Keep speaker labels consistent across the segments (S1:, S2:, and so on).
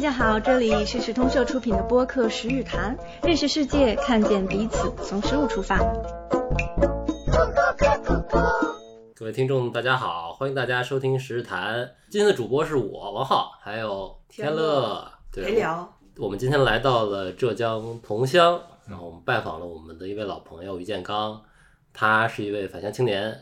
S1: 家好，这里是时通社出品的播客《时日谈》，认识世界，看见彼此，从食物出发。
S2: 各位听众，大家好，欢迎大家收听《时日谈》。今天的主播是我王浩，还有天
S3: 天
S2: 乐
S3: 乐。
S2: 对，
S3: 陪聊，
S2: 我们今天来到了浙江桐乡，然后我们拜访了我们的一位老朋友于建刚，他是一位返乡青年。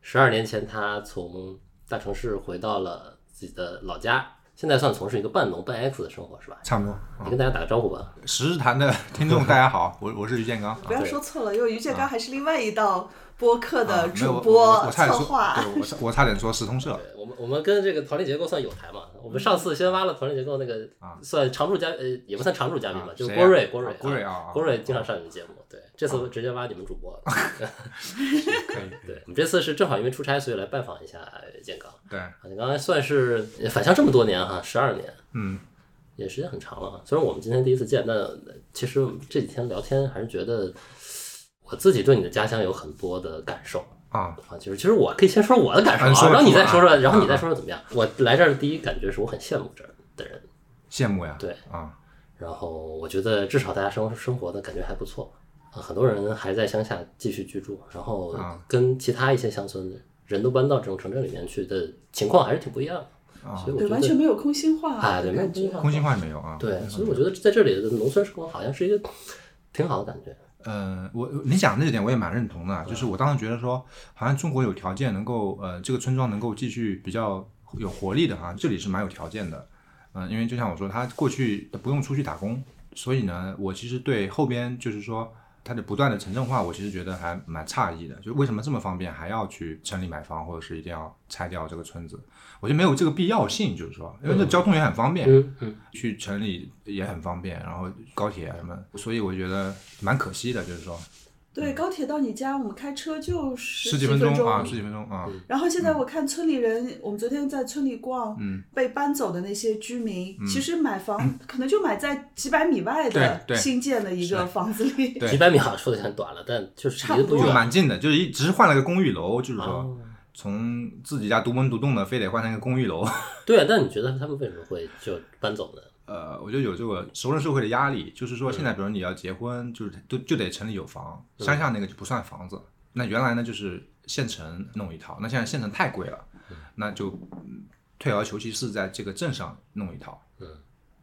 S2: 十二年前，他从大城市回到了自己的老家，现在算从事一个半农半 X 的生活，是吧？
S4: 差不多。
S3: 嗯
S4: 嗯
S2: 你跟大家打个招呼吧。
S4: 十日谈的听众大家好， 我我是于建刚。
S3: 不要说错了，因为于建刚还是另外一档播客的
S4: 啊没有
S3: 主
S4: 我
S3: 播、
S4: 我我差点
S3: 策
S4: 说，
S3: 划。
S4: 对，我差我差点说时通社。
S2: 对我们我们跟这个团队结构算有台嘛？我们上次先挖了团队结构那个
S4: 啊
S2: 算常驻嘉呃也不算常驻嘉宾吧，
S4: 啊
S2: 就是
S4: 谁
S2: 郭
S4: 啊
S2: 瑞郭瑞
S4: 啊郭瑞啊啊
S2: 郭瑞经常上你们节目，对，这次直接挖你们主播。
S4: 可以，
S2: 对，我们这次是正好因为出差，所以来拜访一下呃建刚。
S4: 对，
S2: 啊，你刚才算是返乡这么多年哈，十二年
S4: 嗯，
S2: 也时间很长了啊。虽然我们今天第一次见，但其实这几天聊天还是觉得我自己对你的家乡有很多的感受。
S4: 啊，
S2: 啊，就是其实我可以先说我的感受
S4: 啊
S2: 啊，
S4: 你说吧
S2: 然后你
S4: 说
S2: 再
S4: 吧
S2: 说说，
S4: 啊
S2: 然后你再说说怎么样。我来这儿的第一感觉是我很羡慕这儿的人，
S4: 羡慕呀。
S2: 对
S4: 啊，
S2: 然后我觉得至少大家生生活的感觉还不错啊，很多人还在乡下继续居住，然后
S4: 啊
S2: 跟其他一些乡村的人都搬到这种城镇里面去的情况还是挺不一样的，
S4: 啊
S2: 所以我
S3: 对，
S2: 觉
S3: 完全
S2: 得
S3: 没有空心化
S2: 啊，对，没有
S3: 感觉
S2: 空。化
S4: 哎空心化没有啊。
S2: 对，所以我觉得在这里的农村生活好像是一个挺好的感觉，
S4: 呃，我你讲的这一点我也蛮认同的，就是我当时觉得说，好像中国有条件能够呃这个村庄能够继续比较有活力的哈，这里是蛮有条件的，嗯、因为就像我说，他过去不用出去打工，所以呢，我其实对后边就是说它的不断的城镇化，我其实觉得还蛮诧异的，就为什么这么方便还要去城里买房，或者是一定要拆掉这个村子，我觉得没有这个必要性，就是说，因为这交通也很方便，
S2: 嗯嗯，
S4: 去城里也很方便，然后高铁啊什么，所以我觉得蛮可惜的，就是说
S3: 对，高铁到你家，我们开车就十
S4: 十几
S3: 分
S4: 分钟啊，十几分钟啊，
S3: 然后现在我看村里人，我们昨天在村里逛，
S4: 嗯
S3: 被搬走的那些居民，其实买 房可能就买在几百米外的
S4: 对对
S3: 新建的一个房子里。
S4: 对
S2: 几百米好像说的很短了，但就是
S3: 差
S2: 离得
S3: 不
S2: 不
S3: 多
S4: 就
S2: 远，啊
S4: 蛮近的，就是一只是换了个公寓楼，就是
S2: 哦
S4: 说从自己家独门独栋的，非得换成一个公寓楼。
S2: 对啊，但你觉得他们为什么会就搬走呢？
S4: 呃，我觉得有这个熟人社会的压力，就是说现在比如你要结婚，就是都就得城里有房，乡下那个就不算房子。那原来呢就是县城弄一套，那现在县城太贵了，那就嗯退而求其次，在这个镇上弄一套。
S2: 嗯，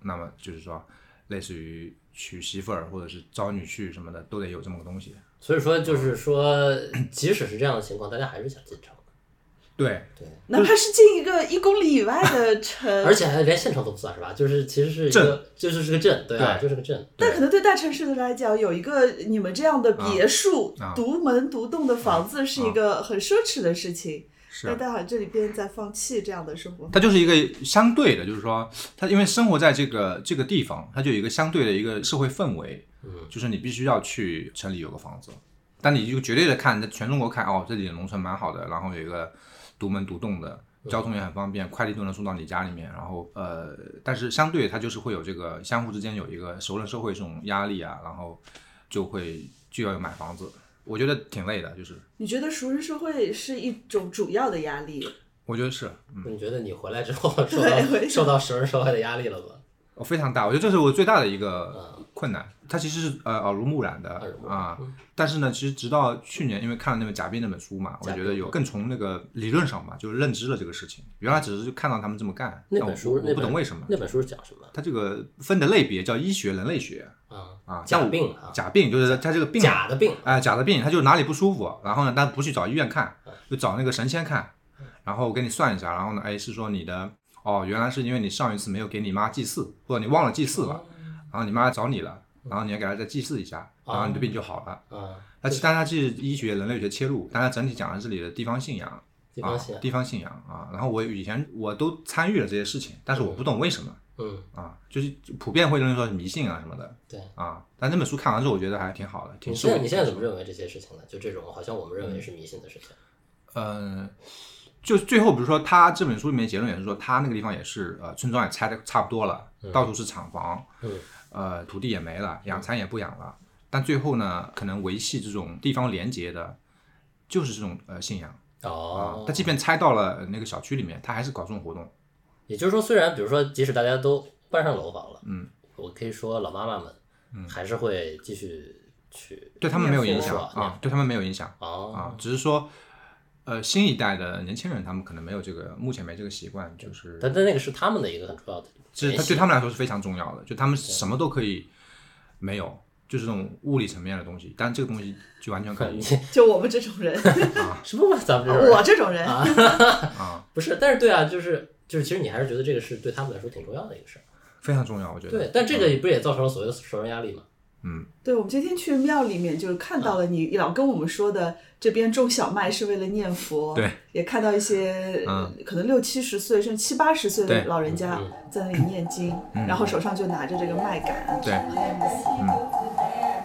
S4: 那么就是说，类似于娶媳妇儿或者是招女婿什么的，都得有这么个东西。
S2: 所以说，就是说，即使是这样的情况，大家还是想进城，
S4: 对，
S2: 对，
S3: 哪怕是进一个一公里以外的 城，
S2: 而且还连县城都不算是吧？就是其实是一个，就是是个镇，对啊，
S4: 对
S2: 就是个镇，
S3: 但可能对大城市的来讲，有一个你们这样的别墅、
S4: 啊啊啊
S3: 独门独栋的房子是一个很奢侈的事情。
S4: 是啊
S3: 但大好像这里边在放弃这样的生活。
S4: 它就是一个相对的，就是说，它因为生活在这个这个地方，它就有一个相对的一个社会氛围，
S2: 嗯
S4: 就是你必须要去城里有个房子，但你就绝对的看，在全中国看，哦，这里的农村蛮好的，然后有一个独门独栋的，交通也很方便，快递都能送到你家里面，然后呃，但是相对它就是会有这个相互之间有一个熟人社会这种压力啊，然后就会就要买房子，我觉得挺累的，就是
S3: 你觉得熟人社会是一种主要的压力？
S4: 我觉得是，嗯。
S2: 你觉得你回来之后受
S3: 回
S2: 到
S3: 去
S2: 受到熟人社会的压力了吗？
S4: 哦，非常大，我觉得这是我最大的一个困难。它其实是呃耳濡目染的
S2: 嗯耳濡目染嗯
S4: 啊、但是呢，其实直到去年，因为看了那本贾冰那本书嘛，我
S2: 贾
S4: 觉
S2: 冰
S4: 得有更从那个理论上吧，就是认知了这个事情。原来只是看到他们这么干，
S2: 那
S4: 但
S2: 本
S4: 我
S2: 书
S4: 我
S2: 那
S4: 不
S2: 本
S4: 懂为什么。
S2: 那本书是讲什么
S4: 它这个分的类别叫医学人类学
S2: 啊？
S4: 啊，
S2: 假
S4: 像我
S2: 病啊，
S4: 假病就是它这个病
S2: 假的病，
S4: 哎、假的病，他就哪里不舒服，然后呢，但不去找医院看，就找那个神仙看，然后我给你算一下，然后呢，哎，是说你的哦，原来是因为你上一次没有给你妈祭祀，或者你忘了祭祀了，然后你妈来找你了，然后你要给她再祭祀一下，然后你的病就好了。
S2: 啊，
S4: 那其但它是医学人类学切入，但它整体讲的是你的地方信仰，
S2: 地方性
S4: 啊，，地方信仰啊。然后我以前我都参与了这些事情，但是我不懂为什么
S2: 嗯，
S4: 啊，就是普遍会认为说是迷信啊什么的
S2: 对。
S4: 啊。但那本书看完之后，我觉得还挺好的，挺
S2: 你
S4: 受
S2: 现
S4: 我
S2: 在你现在
S4: 挺
S2: 怎么认为这些事情呢？就这种好像我们认为是迷信的事情，
S4: 嗯，就最后，比如说他这本书里面结论也是说，他那个地方也是呃，村庄也拆的差不多了，到处是厂房，
S2: 嗯
S4: 呃，土地也没了，养蚕也不养了，但最后呢，可能维系这种地方连结的，就是这种呃信仰啊
S2: 哦。
S4: 他即便拆到了呃那个小区里面，他还是搞这种活动。
S2: 也就是说，虽然比如说，即使大家都搬上楼房了，
S4: 嗯，
S2: 我可以说老妈妈们，
S4: 嗯
S2: 还是会继续去
S4: 对他们没有影响
S2: 念佛
S4: 啊，对他们没有影响啊
S2: 哦，，
S4: 只是说，呃，新一代的年轻人他们可能没有这个，目前没这个习惯，就是
S2: 但但那个是他们的一个很重要的联系，
S4: 这他对他们来说是非常重要的，就他们什么都可以没有，就是这种物理层面的东西，但这个东西就完全可以
S3: 就我们这种 人，
S2: 什么咱们这种人
S3: 我这种人，
S4: 啊，
S2: 不是，但是对啊，就是就是，其实你还是觉得这个是对他们来说挺重要的一个事儿。
S4: 非常重要，我觉得。
S2: 对，但这个也不也造成了所谓的熟人压力嘛？
S3: 对，我们今天去庙里面，就是看
S4: 啊
S3: 到了你老跟我们说的，这边种小麦是为了念佛，
S4: 对，
S3: 也看到一些、
S4: 嗯
S3: 可能六七十岁甚至七八十岁的
S4: 对
S3: 老人家
S2: 嗯
S3: 在那里念经，然后手上就拿着这个麦秆，
S4: 对
S3: 很有意思。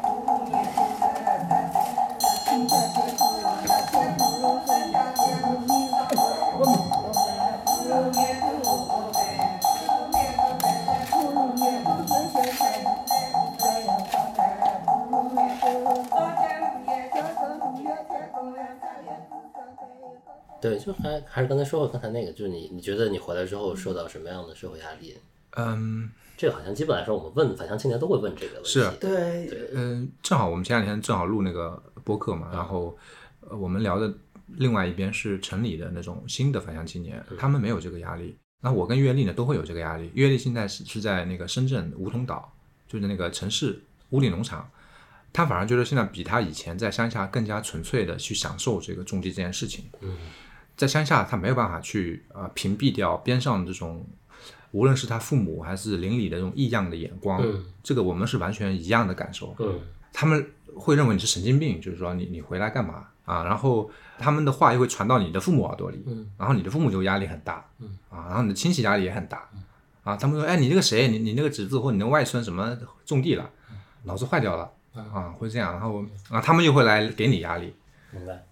S2: 对，就还还是刚才说过刚才那个，就是你你觉得你回来之后受到什么样的社会压力？
S4: 嗯
S2: 这个好像基本来说，我们问返乡青年都会问这个问题。
S4: 是
S3: 对，
S4: 嗯、正好我们前两天正好录那个播客嘛，然后、呃、我们聊的另外一边是城里的那种新的返乡青年，他们没有这个压力。那我跟月丽呢都会有这个压力。月丽现在是是在那个深圳梧桐岛，就是那个城市五里农场，她反而觉得现在比她以前在乡下更加纯粹的去享受这个种地这件事情。
S2: 嗯，
S4: 在乡下她没有办法去呃屏蔽掉边上这种，无论是她父母还是邻里的这种异样的眼光，
S2: 嗯
S4: 这个我们是完全一样的感受。
S2: 嗯，
S4: 他们会认为你是神经病，就是说你你回来干嘛啊？然后他们的话又会传到你的父母耳朵里，
S2: 嗯，
S4: 然后你的父母就压力很大，
S2: 嗯，
S4: 啊，然后你的亲戚压力也很大，啊，他们说，哎，你那个谁，你你那个侄子或你那个外孙什么种地了，
S2: 嗯
S4: 脑子坏掉了，啊，会这样，然后啊，他们就会来给你压力
S2: 明白。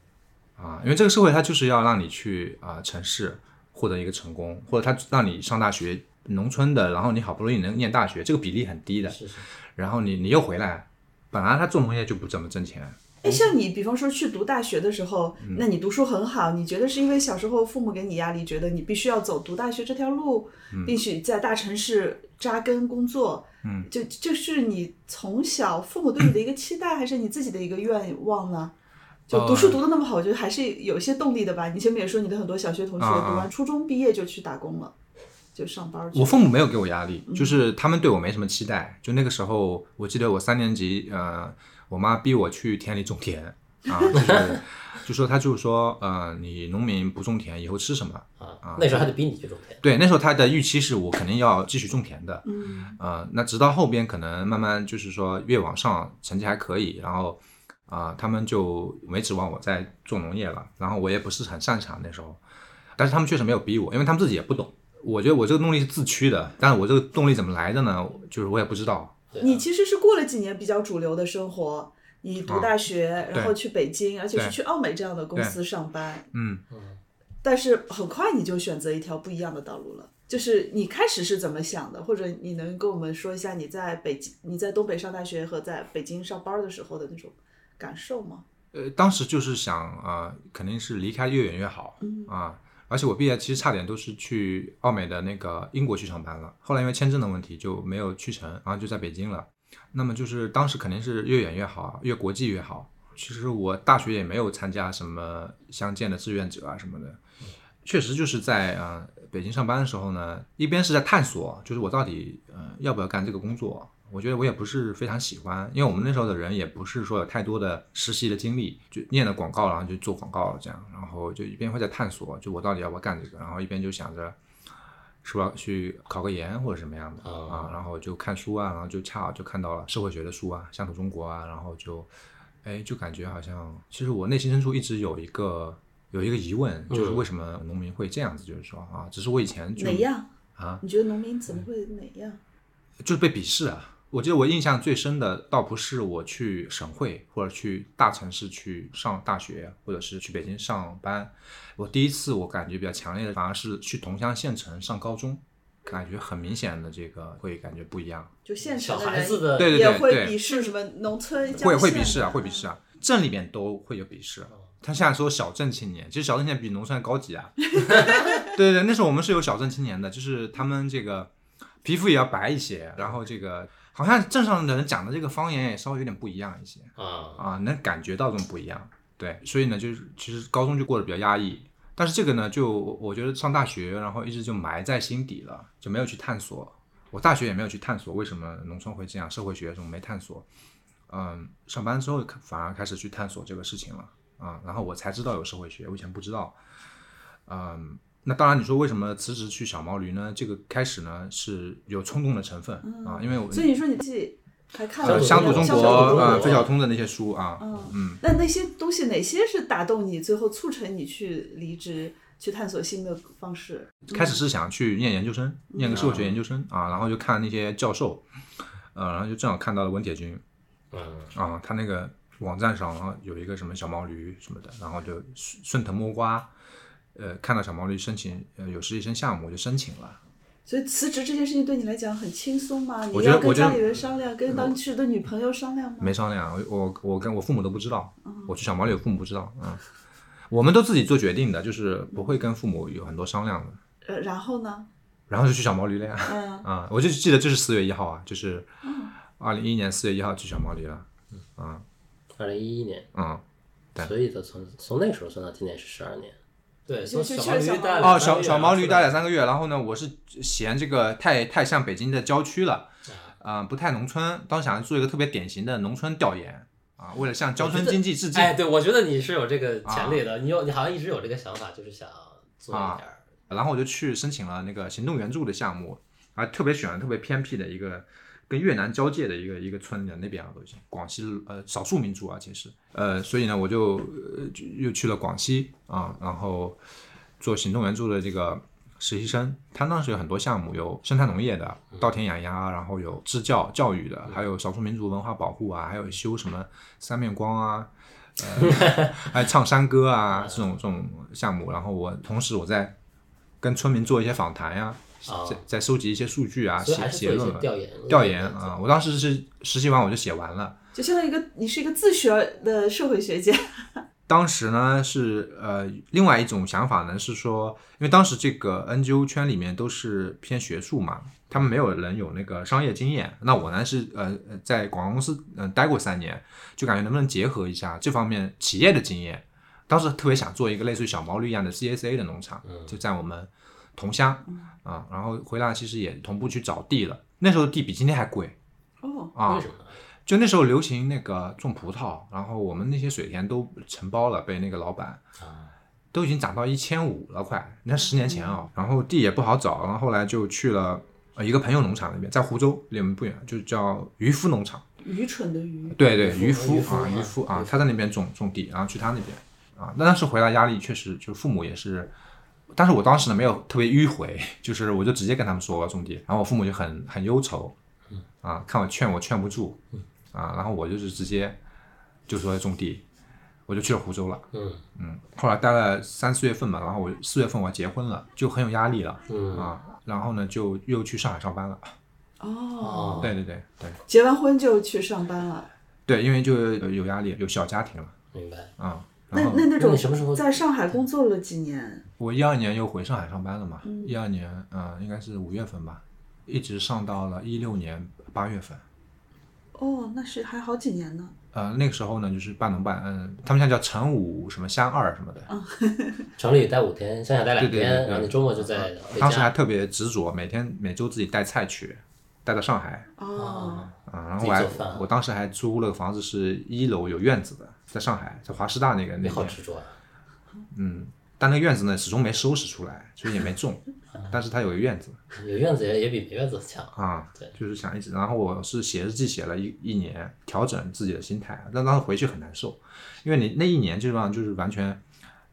S4: 啊，因为这个社会它就是要让你去啊、城市获得一个成功，或者它让你上大学，农村的，然后你好不容易能念大学，这个比例很低的，
S2: 是是，
S4: 然后你你又回来，本来他做农业就不怎么挣钱，
S3: 哎，像你，比方说去读大学的时候，
S4: 嗯
S3: 那你读书很好，你觉得是因为小时候父母给你压力，觉得你必须要走读大学这条路，并且在大城市扎根工作，
S4: 嗯，
S3: 就就是你从小父母对你的一个期待，还是你自己的一个愿望呢？就读书
S4: 呃
S3: 读的那么好，我觉得还是有一些动力的吧。你前面也说你的很多小学同学
S4: 啊啊
S3: 读完初中毕业就去打工了，就上班去。
S4: 我父母没有给我压力，就是他们对我没什么期待。就那个时候，我记得我三年级，呃，我妈逼我去田里种田啊，就是就说她就说，呃，你农民不种田以后吃什么？
S2: 啊，那时候还得逼你去种田。
S4: 对，那时候她的预期是我肯定要继续种田的，
S3: 嗯，
S4: 呃，那直到后边可能慢慢就是说越往上成绩还可以，然后啊、他们就没指望我再做农业了，然后我也不是很擅长那时候，但是他们确实没有逼我，因为他们自己也不懂。我觉得我这个动力是自驱的，但是我这个动力怎么来的呢？就是我也不知道。
S2: 对啊
S3: 你其实是过了几年比较主流的生活，你读大学，然后去北京，而且是
S4: 啊对
S3: 去奥美这样的公司上班，
S4: 嗯，
S3: 但是很快你就选择一条不一样的道路了。就是你开始是怎么想的，或者你能跟我们说一下你在北京、你在东北上大学和在北京上班的时候的那种感受吗？
S4: 呃，当时就是想啊、呃肯定是离开越远越好
S3: 嗯
S4: 啊。而且我毕业其实差点都是去奥美的那个英国去上班了，后来因为签证的问题就没有去成，然后就在北京了。那么就是当时肯定是越远越好，越国际越好。其实我大学也没有参加什么相见的志愿者啊什么的，确实就是在呃北京上班的时候呢，一边是在探索，就是我到底呃要不要干这个工作。我觉得我也不是非常喜欢，因为我们那时候的人也不是说有太多的实习的经历，就念了广告，然后就做广告了这样，然后就一边会在探索，就我到底要不要干这个，然后一边就想着是不是要去考个研或者什么样的、
S2: 哦
S4: 啊，然后就看书啊，然后就恰好就看到了社会学的书啊，《乡土中国》啊，然后就，哎，就感觉好像，其实我内心深处一直有一个有一个疑问，就是为什么农民会这样子，就是说啊，只是我以前就
S3: 哪样？
S4: 啊，
S3: 你觉得农民怎么会哪样？
S4: 就是被鄙视啊。我记得我印象最深的，倒不是我去省会或者去大城市去上大学，或者是去北京上班。我第一次我感觉比较强烈的，反而是去同乡县城上高中，感觉很明显的这个会感觉不一样。
S3: 就现实
S2: 小
S3: 的人
S2: 孩子的
S4: 对对
S3: 也会
S4: 对
S3: 鄙视什么农村
S4: 会
S3: 郊
S4: 会
S3: 县
S4: 鄙视啊，
S3: 的
S4: 会鄙视啊，镇里边都会有鄙视。他现在说小镇青年，其实小镇青年比 农村还高级啊。对对对，那时候我们是有小镇青年的，就是他们这个皮肤也要白一些，然后这个好像镇上的人讲的这个方言也稍微有点不一样一些
S2: 啊，
S4: 啊，能感觉到这种不一样。对，所以呢，就是其实高中就过得比较压抑，但是这个呢，就我我觉得上大学，然后一直就埋在心底了，就没有去探索。我大学也没有去探索为什么农村会这样，社会学什么没探索。嗯，上班之后可反而开始去探索这个事情了啊、然后我才知道有社会学，我以前不知道。嗯，那当然，你说为什么辞职去小毛驴呢？这个开始呢是有冲动的成分啊，因为我
S3: 所以你说你自己还看
S2: 呃
S3: 了
S4: 乡
S2: 乡
S4: 土
S2: 土
S4: 中
S2: 中
S4: 国
S2: 国
S4: 啊、
S2: 呃
S4: 费孝通的那些书啊，
S3: 嗯，那那些东西哪些是打动你，最后促成你去离职，去探索新的方式？
S4: 嗯开始是想去念研究生，念个社会学研究生啊，然后就看那些教授，呃，然后就正好看到了文铁军
S2: 嗯，
S4: 啊，他那个网站上然后有一个什么小毛驴什么的，然后就顺顺藤摸瓜，呃，看到小毛驴申请呃有实习生项目，我就申请了。
S3: 所以辞职这件事情对你来讲很轻松吗？
S4: 我
S3: 你
S4: 觉得
S3: 要跟
S4: 我觉得嗯
S3: 家里人商量，跟当时的女朋友商量吗？
S4: 没商量，我我我跟我父母都不知道，我去小毛驴，我父母不知道，嗯，我们都自己做决定的，就是不会跟父母有很多商量的，
S3: 呃，然后呢？
S4: 然后就去小毛驴了呀，
S3: 嗯，
S4: 啊，我就记得就是四月一号啊，就是二零一一年四月一号去小毛驴了，啊，
S2: 二零一一年，
S4: 嗯，对
S2: 所以他从从那时候算到今年是十二年，对，从
S3: 就
S2: 小毛
S3: 去了
S2: 驴
S3: 小
S2: 待
S3: 毛
S4: 哦，
S2: 了三
S4: 小
S2: 个月啊
S4: 小毛驴待了
S2: 出
S4: 三个月，然后呢，我是嫌这个太太像北京的郊区了，啊、不太农村，当时想做一个特别典型的农村调研啊，为了向
S2: 来
S4: 乡村经济致敬，
S2: 哎，对，我觉得你是有这
S4: 啊
S2: 个潜力的，你有你好像一直有这个想法，就是想做
S4: 啊
S2: 一点儿。
S4: 然后我就去申请了那个行动援助的项目，啊，特别选了特别偏僻的一个跟越南交界的一个一个村的那边啊，都是广西呃少数民族啊，其实呃，所以呢，我就呃就又去了广西啊，然后做行动援助的这个实习生，他当时有很多项目，有生态农业的、稻田养鸭，然后有支教教育的，还有少数民族文化保护啊，还有修什么三面光啊。呃， 还有唱山歌啊，这种这种项目，然后我同时我在跟村民做一些访谈呀、
S2: 啊
S4: 在在收集一些数据啊，
S2: 所以
S4: 写
S2: 还是
S4: 写
S2: 做一
S4: 论
S2: 些
S4: 文、
S2: 调研，
S4: 调研啊。我当时是实习完我就写完了，
S3: 就相当于一个你是一个自学的社会学家，
S4: 当时呢是呃另外一种想法呢是说，因为当时这个 NGO 圈里面都是偏学术嘛，他们没有人有那个商业经验。那我呢是呃呃在广告公司嗯、呃待过三年，就感觉能不能结合一下这方面企业的经验。当时特别想做一个类似于小毛驴一样的 CSA 的农场，
S2: 嗯
S4: 就在我们同乡啊，然后回来其实也同步去找地了。那时候地比今天还贵
S3: 哦，
S4: 啊，
S2: 为什么呢？
S4: 就那时候流行那个种葡萄，然后我们那些水田都承包了，被那个老板
S2: 啊，
S4: 都已经涨到一千五了，快那十年前啊、然后地也不好找，然后后来就去了呃一个朋友农场那边，在湖州离我们不远，就叫渔夫农场。
S3: 愚蠢的愚，
S4: 对对，
S2: 渔
S4: 渔
S2: 夫
S4: 夫啊，
S2: 渔夫
S4: 渔夫
S2: 渔
S4: 啊
S2: 夫，
S4: 他在那边种种地，然后去他那边啊。那当时回来压力确实，就是父母也是，但是我当时呢没有特别迂回， 就是我就直接跟他们说我要种地，然后我父母就很很忧愁，
S2: 嗯
S4: 啊，看我劝我劝不住，啊，然后我就是直接就说要种地，我就去了湖州了，
S2: 嗯
S4: 嗯，后来待了三四月份嘛，然后我四月份我结婚了，就很有压力了
S2: 嗯
S4: 啊，然后呢就又去上海上班了，
S3: 哦，
S4: 对对对对
S3: 结完婚就去上班了。
S4: 对，因为就有压力，有小家庭了
S2: 明白。
S4: 啊。
S3: 那
S4: 然后。
S3: 那那
S2: 那
S3: 种
S2: 你什么时候
S3: 在上海工作了几年？
S4: 我一二年又回上海上班了嘛，一二、年，嗯、应该是五月份吧，一直上到了一六年八月份。
S3: 哦，那是还好几年呢。
S4: 呃，那个时候呢，就是半农半，嗯，他们现在叫成武什么乡二什么的，
S3: 哦
S2: 城里待五天，乡下待两
S4: 对对对
S2: 天，
S4: 对啊
S2: 然后哦你周末就在回
S4: 当时还
S2: 家。
S4: 特别执着，每天每周自己带菜去，带到上海，
S3: 哦，
S4: 啊、然
S2: 自己
S4: 后我还
S2: 做饭啊
S4: 我当时还租了个房子，是一楼有院子的，在上海，在华师大那个
S2: 你
S4: 那
S2: 好
S4: 边，
S2: 执着啊！
S4: 嗯，但那个院子呢始终没收拾出来，所以也没 种，
S2: 啊
S4: 但是它有个院子，
S2: 有院子也也比没院子强。
S4: 啊，
S2: 对
S4: 就是想一直。然后我是写日记写了一一年，调整自己的心态，啊但当时回去很难受，因为你那一年基本上就是完全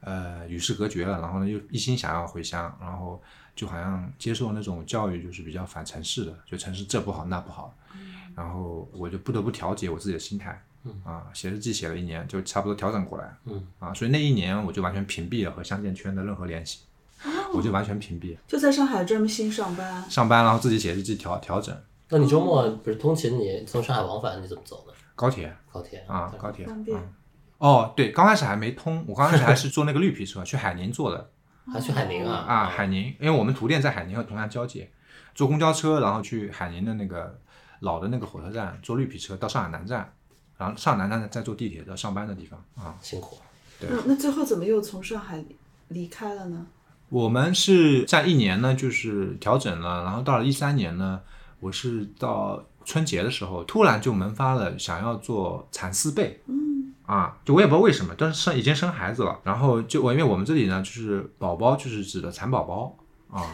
S4: 呃与世隔绝了，然后呢又一心想要回乡，然后就好像接受那种教育就是比较反城市的，就城市这不好那不好，
S2: 嗯
S4: 然后我就不得不调节我自己的心态。啊，写日记写了一年，就差不多调整过来。
S2: 嗯，
S4: 啊，所以那一年我就完全屏蔽了和乡建圈的任何联系，
S2: 哦
S4: 我就完全屏蔽，
S3: 就在上海专心上班。
S4: 上班然后自己写日记调调整，
S2: 那你周末不是通勤，你从上海往返你怎么走呢？
S4: 高铁
S2: 高铁
S4: 啊，高铁
S3: 方便
S4: 嗯哦，对，刚开始还没通，我刚开始还是坐那个绿皮车，去海宁坐的
S2: 还去海宁啊？
S4: 啊，海宁，因为我们图店在海宁和同阳交界，坐公交车，然后去海宁的那个老的那个火车站，坐绿皮车到上海南站，然后上海南站再坐地铁到上班的地方啊。
S2: 辛苦。
S4: 对
S3: 那那最后怎么又从上海离开了呢？
S4: 我们是在一年呢，就是调整了，然后到了一三年呢，我是到春节的时候，突然就萌发了想要做蚕丝被，
S3: 嗯，
S4: 啊，就我也不知道为什么，但是生已经生孩子了，然后就我因为我们这里呢，就是宝宝就是指的蚕宝宝啊，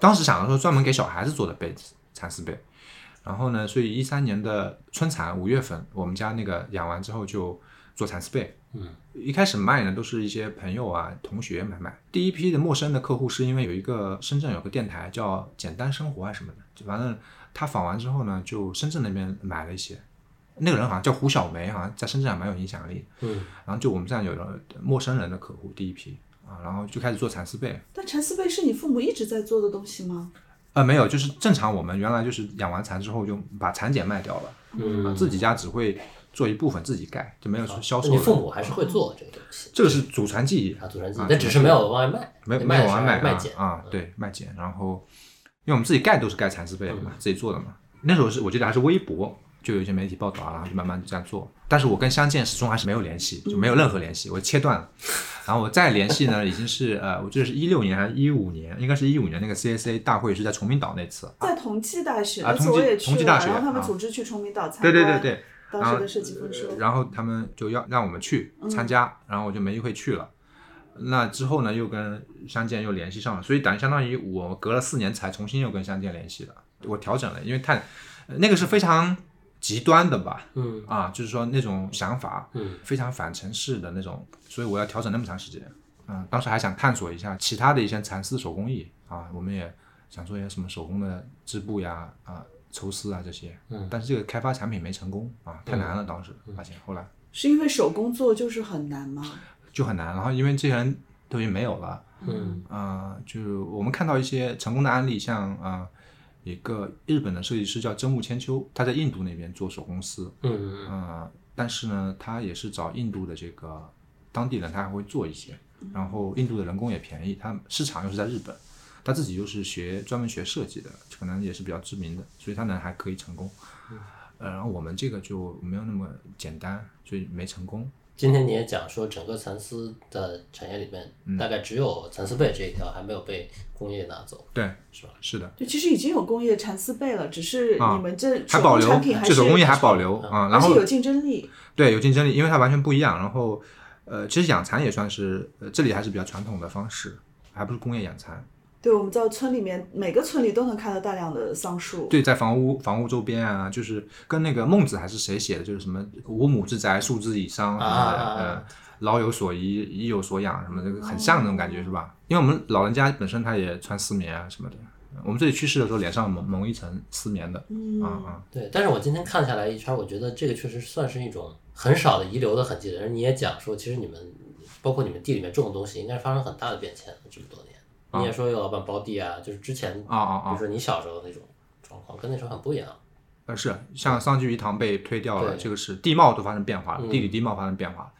S4: 当时想着说专门给小孩子做的被子，蚕丝被，然后呢，所以一三年的春蚕五月份，我们家那个养完之后就做蚕丝被，
S2: 嗯，
S4: 一开始卖呢都是一些朋友啊同学买卖，第一批的陌生的客户是因为有一个深圳有个电台叫简单生活啊什么的，就反正他访完之后呢，就深圳那边买了一些。那个人好像叫胡小梅，好像在深圳还蛮有影响力。
S2: 嗯，
S4: 然后就我们这样有了陌生人的客户第一批啊，然后就开始做蚕丝被。
S3: 但蚕丝被是你父母一直在做的东西吗？
S4: 呃，没有，就是正常我们原来就是养完蚕之后就把蚕茧卖掉了，啊
S2: 嗯，
S4: 自己家只会做一部分自己盖，就没有说销售
S2: 啊那你
S4: 的
S2: 父母还是会做这个东西，
S4: 这个是祖传技艺
S2: 啊，祖传技
S4: 啊
S2: 艺，但只是没有往外卖，
S4: 没有
S2: 你
S4: 没
S2: 卖
S4: 有
S2: 的是
S4: 完卖
S2: 卖
S4: 啊
S2: 茧
S4: 啊，，对卖茧，然后因为我们自己盖都是盖蚕丝被的嘛，自己做的嘛。那时候是我记得还是微博，就有一些媒体报道啊，然后就慢慢这样做。但是我跟相见始终还是没有联系，就没有任何联系，我切断了。然后我再联系呢，已经是呃，我记得是一六年还是一五年，应该是一五年那个 CSA 大会是在崇明岛那次。
S3: 在同济大学，
S4: 啊
S3: 那次
S4: 同济
S3: 我也去
S4: 同
S3: 了，
S4: 济大学
S3: 然后他们
S4: 啊
S3: 组织去崇明岛参
S4: 对
S3: 观，
S4: 对对对，
S3: 当时的设计风
S4: 呃
S3: 说，
S4: 然后他们就要让我们去参加，然后我就没机会去了。那之后呢，又跟相见又联系上了，所以等于相当于我隔了四年才重新又跟相见联系了。我调整了，因为太呃那个是非常极端的吧，
S2: 嗯
S4: 啊，就是说那种想法
S2: 嗯
S4: 非常反城市的那种，所以我要调整那么长时间。嗯，当时还想探索一下其他的一些蚕丝手工艺啊，我们也想做一些什么手工的织布呀、啊抽丝啊这些。
S2: 嗯
S4: 但是这个开发产品没成功啊，太难了，当时发现后来
S3: 是因为手工做就是很难吗？
S4: 就很难。然后因为这些人都已经没有了，
S2: 嗯
S4: 啊、就是我们看到一些成功的案例，像啊、一个日本的设计师叫真木千秋，他在印度那边做手工丝，
S2: 嗯
S4: 呃，但是呢，他也是找印度的这个当地人，他还会做一些，
S3: 嗯
S4: 然后印度的人工也便宜，他市场又是在日本，他自己又是学专门学设计的，可能也是比较知名的，所以他呢还可以成功。
S3: 嗯
S4: 呃，然后我们这个就没有那么简单，所以没成功。
S2: 今天你也讲说，整个蚕丝的产业里面，
S4: 嗯
S2: 大概只有蚕丝被这一条还没有被工业拿走，
S4: 对，
S2: 是吧？
S4: 是的，
S3: 就其实已经有工业蚕丝被了，只是
S4: 啊
S3: 你们这
S4: 还
S3: 手
S4: 保
S3: 工
S4: 留
S3: 产品，还
S4: 这
S3: 是
S4: 手工艺还保留啊、然
S3: 而且
S4: 后
S3: 有竞争力。
S4: 对，有竞争力，因为它完全不一样。然后，呃，其实养蚕也算是，呃，这里还是比较传统的方式，还不是工业养蚕。
S3: 对，我们在村里面，每个村里都能看到大量的桑树。
S4: 对，在房屋房屋周边啊，就是跟那个孟子还是谁写的，就是什么无母之宅，树之以桑什么的，
S2: 啊
S4: 呃，老有所依，依有所养什么的，很像那种感觉是吧？因为我们老人家本身他也穿丝棉啊什么的，我们这里去世的时候脸上蒙蒙一层丝棉的，
S3: 嗯，
S4: 啊啊，
S2: 对，但是我今天看下来一圈，我觉得这个确实算是一种很少的遗留的痕迹。而你也讲说，其实你们包括你们地里面种的东西，应该是发生很大的变迁的这么多年。你也说有老板包地啊，就是之前，
S4: 啊啊
S2: 比如
S4: 啊，
S2: 说你小时候那种状况，跟那时候很不一样。
S4: 呃是，像桑菊鱼塘被推掉了，
S2: 对
S4: 这个是地貌都发生变化了，
S2: 嗯
S4: 地理地貌发生变化了，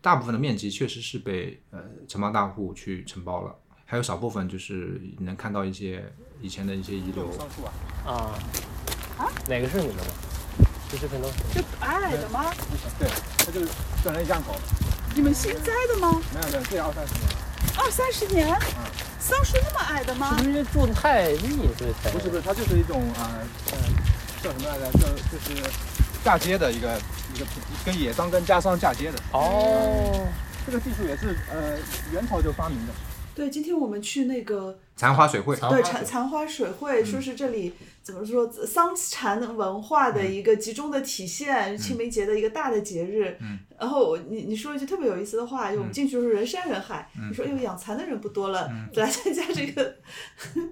S4: 大部分的面积确实是被呃承包大户去承包了，还有少部分就是能看到一些以前的一些遗留。
S2: 啊啊，哪个是你们的？这是平头。
S5: 这
S4: 啊
S5: 矮的吗？
S6: 对，它就是转成一样高。
S5: 你们新栽的吗？
S6: 没有没有，这要二三十年。
S5: 二三十年，桑树那么矮的吗
S2: 是？不是因为住的太密，所以才
S6: 不是不是，它就是一种啊呃叫什么来着？叫就是嫁接的一个一个跟野桑跟家桑嫁接的。
S2: 哦，
S6: 这个技术也是呃元朝就发明的。
S3: 对，今天我们去那个
S4: 残花水会，
S2: 藏
S3: 对
S2: 花
S3: 蚕
S2: 水
S3: 蚕花水会，说是这里怎么说桑蚕文化的一个集中的体现，清明节的一个大的节日。然后我你你说一句特别有意思的话，就我们进去的时候人山人海，你说哎呦养蚕的人不多了， 来参加这个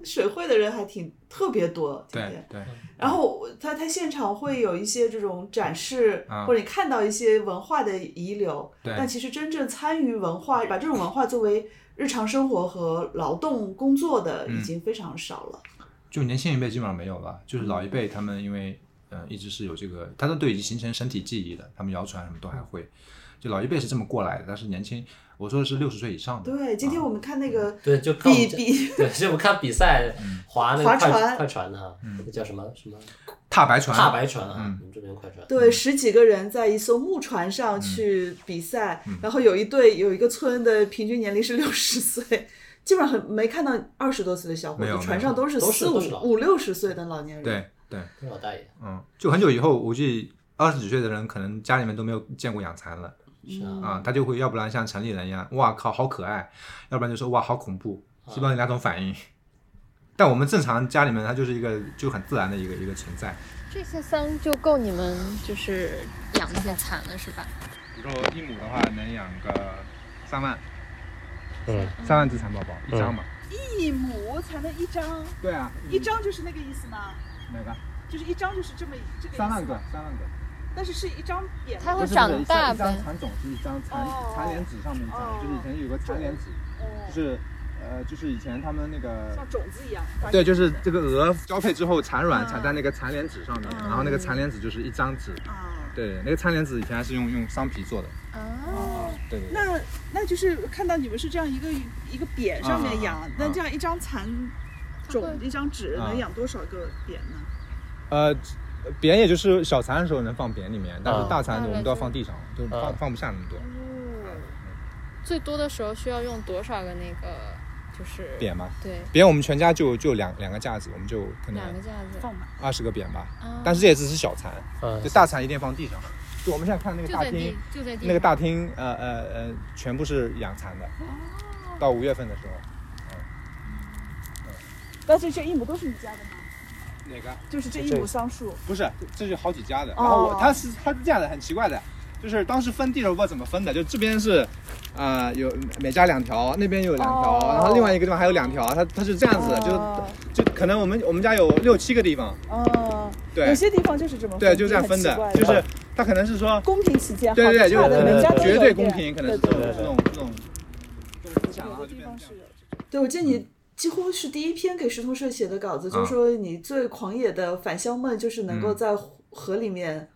S3: 水会的人还挺特别多。今
S4: 对
S3: 天，
S4: 对，
S3: 然后我他他现场会有一些这种展示，
S4: 啊
S3: 或者你看到一些文化的遗留，
S4: 对
S3: 但其实真正参与文化，把这种文化作为日常生活和劳动工作的，已经非常少了。
S4: 就年轻一辈基本上没有了，就是老一辈他们因为呃一直是有这个，他们都已经形成身体记忆了，他们谣传什么都还会，就老一辈是这么过来的，但是年轻，我说的是六十岁以上的。
S3: 对，今天我们看那个
S2: 对，就看我
S3: 比
S2: 们这
S3: 比
S2: 对，就我们看比赛划那个
S3: 划
S2: 快
S3: 船
S2: 快船的哈，那叫什么什么
S4: 踏白船，
S2: 踏白船啊，我们这边快船。
S3: 对十几个人在一艘木船上去比赛，然后有一队有一个村的平均年龄是六十岁。基本上很没看到二十多岁的小伙
S4: 没有
S3: 子，
S4: 没有
S3: 船上都是
S2: 都是
S3: 四五
S2: 都是老
S3: 五六十岁的老年人。
S4: 对对，
S2: 跟老大爷
S4: 嗯，就很久以后，我估计二十几岁的人可能家里面都没有见过养蚕了
S2: 是啊，
S4: 啊，他就会要不然像城里人一样，哇靠好可爱，要不然就说哇好恐怖，基本上有两种反应。但我们正常家里面，它就是一个就很自然的一个一个存在。
S7: 这些桑就够你们就是养那些蚕了，是吧？
S4: 比如说一亩的话，能养个三万，
S2: 嗯，
S4: 三万只蚕宝宝一
S2: 张
S4: 嘛。
S5: 一亩才能一张，
S6: 对啊，
S5: 一张就是那个意思吗？
S6: 哪个？
S5: 就是一张就是这么这个意思
S6: 三万个，三万个。
S5: 但是是一张匾吗。
S7: 它会
S6: 不是
S7: 长
S6: 不是一
S7: 大
S6: 一张
S7: 呗。
S6: 蚕种是一张蚕
S5: 哦
S6: 蚕莲子上面一张，就是以前有个蚕莲子，
S5: 哦
S6: 就是呃就是以前他们那个
S5: 像种子一样。
S6: 对，就是这个鹅交配之后产卵产在那个蚕莲子上面，然后那个蚕莲子就是一张纸。
S3: 嗯
S5: 啊，
S6: 对，那个蚕莲子以前还是用用桑皮做的。
S7: 啊，
S6: 对对对。
S5: 那那就是看到你们是这样一个一个匾上面
S6: 啊啊
S5: 养
S6: 啊，
S5: 那这样一张蚕
S7: 它
S5: 种
S7: 会
S5: 一张纸
S6: 啊
S5: 能养多少个匾呢？
S6: 呃，扁也就是小蚕的时候能放扁里面，但
S2: 啊
S6: 是大蚕我们都要放地上，就
S2: 啊
S6: 放放不下那么多
S7: 最多的时候需要用多少个那个就是
S6: 扁嘛。
S7: 对，
S6: 扁我们全家就就两两个架子，我们就可能
S7: 两个架子。
S5: 放满。
S6: 二十个扁吧，
S7: 啊
S6: 但是这也只是小蚕，
S2: 嗯
S6: 就，大蚕一定放地上。就我们现在看那个
S7: 就
S6: 大
S7: 在地
S6: 厅，
S7: 就在地
S6: 那个大厅，呃呃呃，全部是养蚕的，
S5: 哦
S6: 到五月份的时候。
S5: 嗯
S6: 嗯
S5: 但是这一亩都是你家的吗？
S6: 哪个？
S5: 就是这一亩桑树。
S6: 不是，这是好几家
S5: 哦
S6: 的。然后我他是他是这样的，很奇怪的，就是当时分地的时候不知道怎么分的，就这边是，呃，有每家两条，那边有两条，
S5: 哦
S6: 然后另外一个地方还有两条，他他是这样子的，
S5: 哦
S6: 就就可能我们我们家有六七个地方，
S5: 哦，有
S6: 对
S5: 些地方就是这么
S6: 对，就这样分
S5: 很奇
S6: 的
S5: 怪，
S6: 就是他可能是说，
S5: 公平起见，
S6: 对
S5: 好
S6: 对
S5: 的
S6: 对，就
S5: 差的每
S2: 是
S5: 家都有
S6: 绝
S5: 一
S6: 对
S5: 点
S6: 公平，可能是这种
S5: 对对
S6: 这
S5: 对
S6: 种这种这种思想，然后
S5: 有的
S6: 就
S5: 地
S6: 变成
S5: 方
S6: 这
S5: 是
S6: 样。
S5: 有这种
S3: 对，我记得你几乎是第一篇给石头社写的稿子，就
S4: 啊
S3: 是说你最狂野的返乡梦就是能够
S4: 嗯
S3: 在河河里面。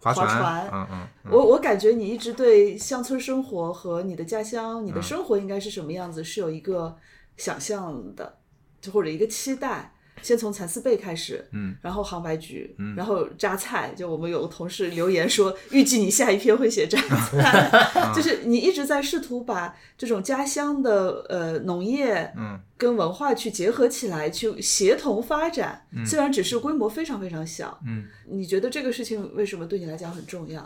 S4: 划
S3: 划船
S4: 嗯嗯嗯，
S3: 我我感觉你一直对乡村生活和你的家乡、
S4: 嗯
S3: 你的生活应该是什么样子是有一个想象的，就或者一个期待。先从蚕丝被开始，
S4: 嗯，
S3: 然后杭白菊，
S4: 嗯
S3: 然后榨菜。就我们有个同事留言说，预计你下一篇会写榨
S4: 嗯
S3: 菜， 就是你一直在试图把这种家乡的呃农业，
S4: 嗯，
S3: 跟文化去结合起来，去协同发展。虽然只是规模非常非常小，
S4: 嗯，
S3: 你觉得这个事情为什么对你来讲很重要？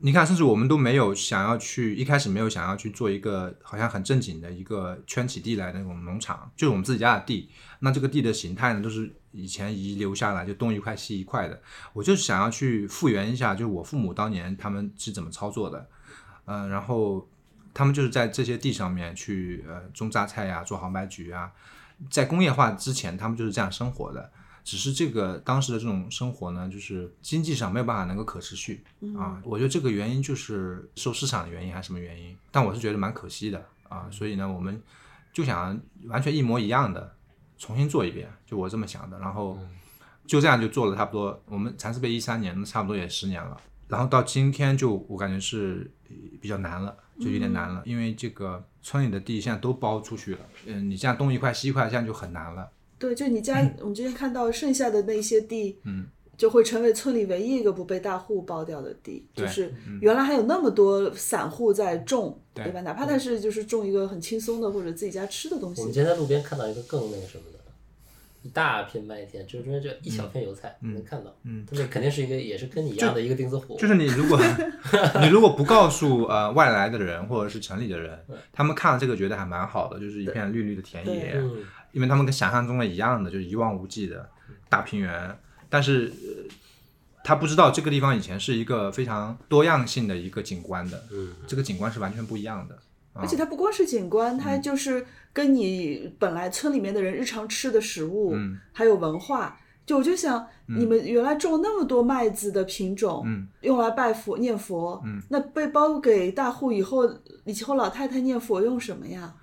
S4: 你看，甚至我们都没有想要去，一开始没有想要去做一个好像很正经的一个圈起地来的那种农场，就是我们自己家的地。那这个地的形态呢，都是以前遗留下来，就东一块西一块的。我就想要去复原一下，就是我父母当年他们是怎么操作的，嗯、然后他们就是在这些地上面去呃种榨菜呀、做杭白菊啊，在工业化之前，他们就是这样生活的。只是这个当时的这种生活呢，就是经济上没有办法能够可持续
S3: 嗯
S4: 啊。我觉得这个原因就是受市场的原因还是什么原因，但我是觉得蛮可惜的啊。所以呢，我们就想完全一模一样的重新做一遍，就我这么想的。然后就这样就做了差不多，我们蚕丝被一三年，差不多也十年了。然后到今天就我感觉是呃比较难了，就有点难了，因为这个村里的地现在都包出去了，嗯，你这样东一块西一块，这样就很难了。
S3: 对，就你家，我们之前看到剩下的那些地，
S4: 嗯，
S3: 就会成为村里唯一一个不被大户包掉的地。就
S4: 对嗯
S3: 是原来还有那么多散户在种，对吧？哪怕他是就是种一个很轻松的或者自己家吃的东
S2: 我们
S3: 西，
S2: 今天在路边看到一个更那个什么的，一大片麦田，就中间就一小片油菜，能看到，嗯，它那肯定是一个也是跟你一样的一个钉子户，
S4: 就是你 如果你如果不告诉呃外来的人或者是城里的人，他们看了这个觉得还蛮好的，就是一片绿绿的田野
S2: 对嗯，
S4: 因为他们跟想象中的一样的，就是一望无际的大平原。但是、呃他不知道这个地方以前是一个非常多样性的一个景观的，
S2: 嗯，
S4: 这个景观是完全不一样的。
S3: 而且它不光是景观，它
S4: 嗯
S3: 就是跟你本来村里面的人日常吃的食物，
S4: 嗯
S3: 还有文化。就我就想，你们原来种那么多麦子的品种，
S4: 嗯
S3: 用来拜佛念佛，
S4: 嗯
S3: 那被包给大户以后，以后老太太念佛用什么呀？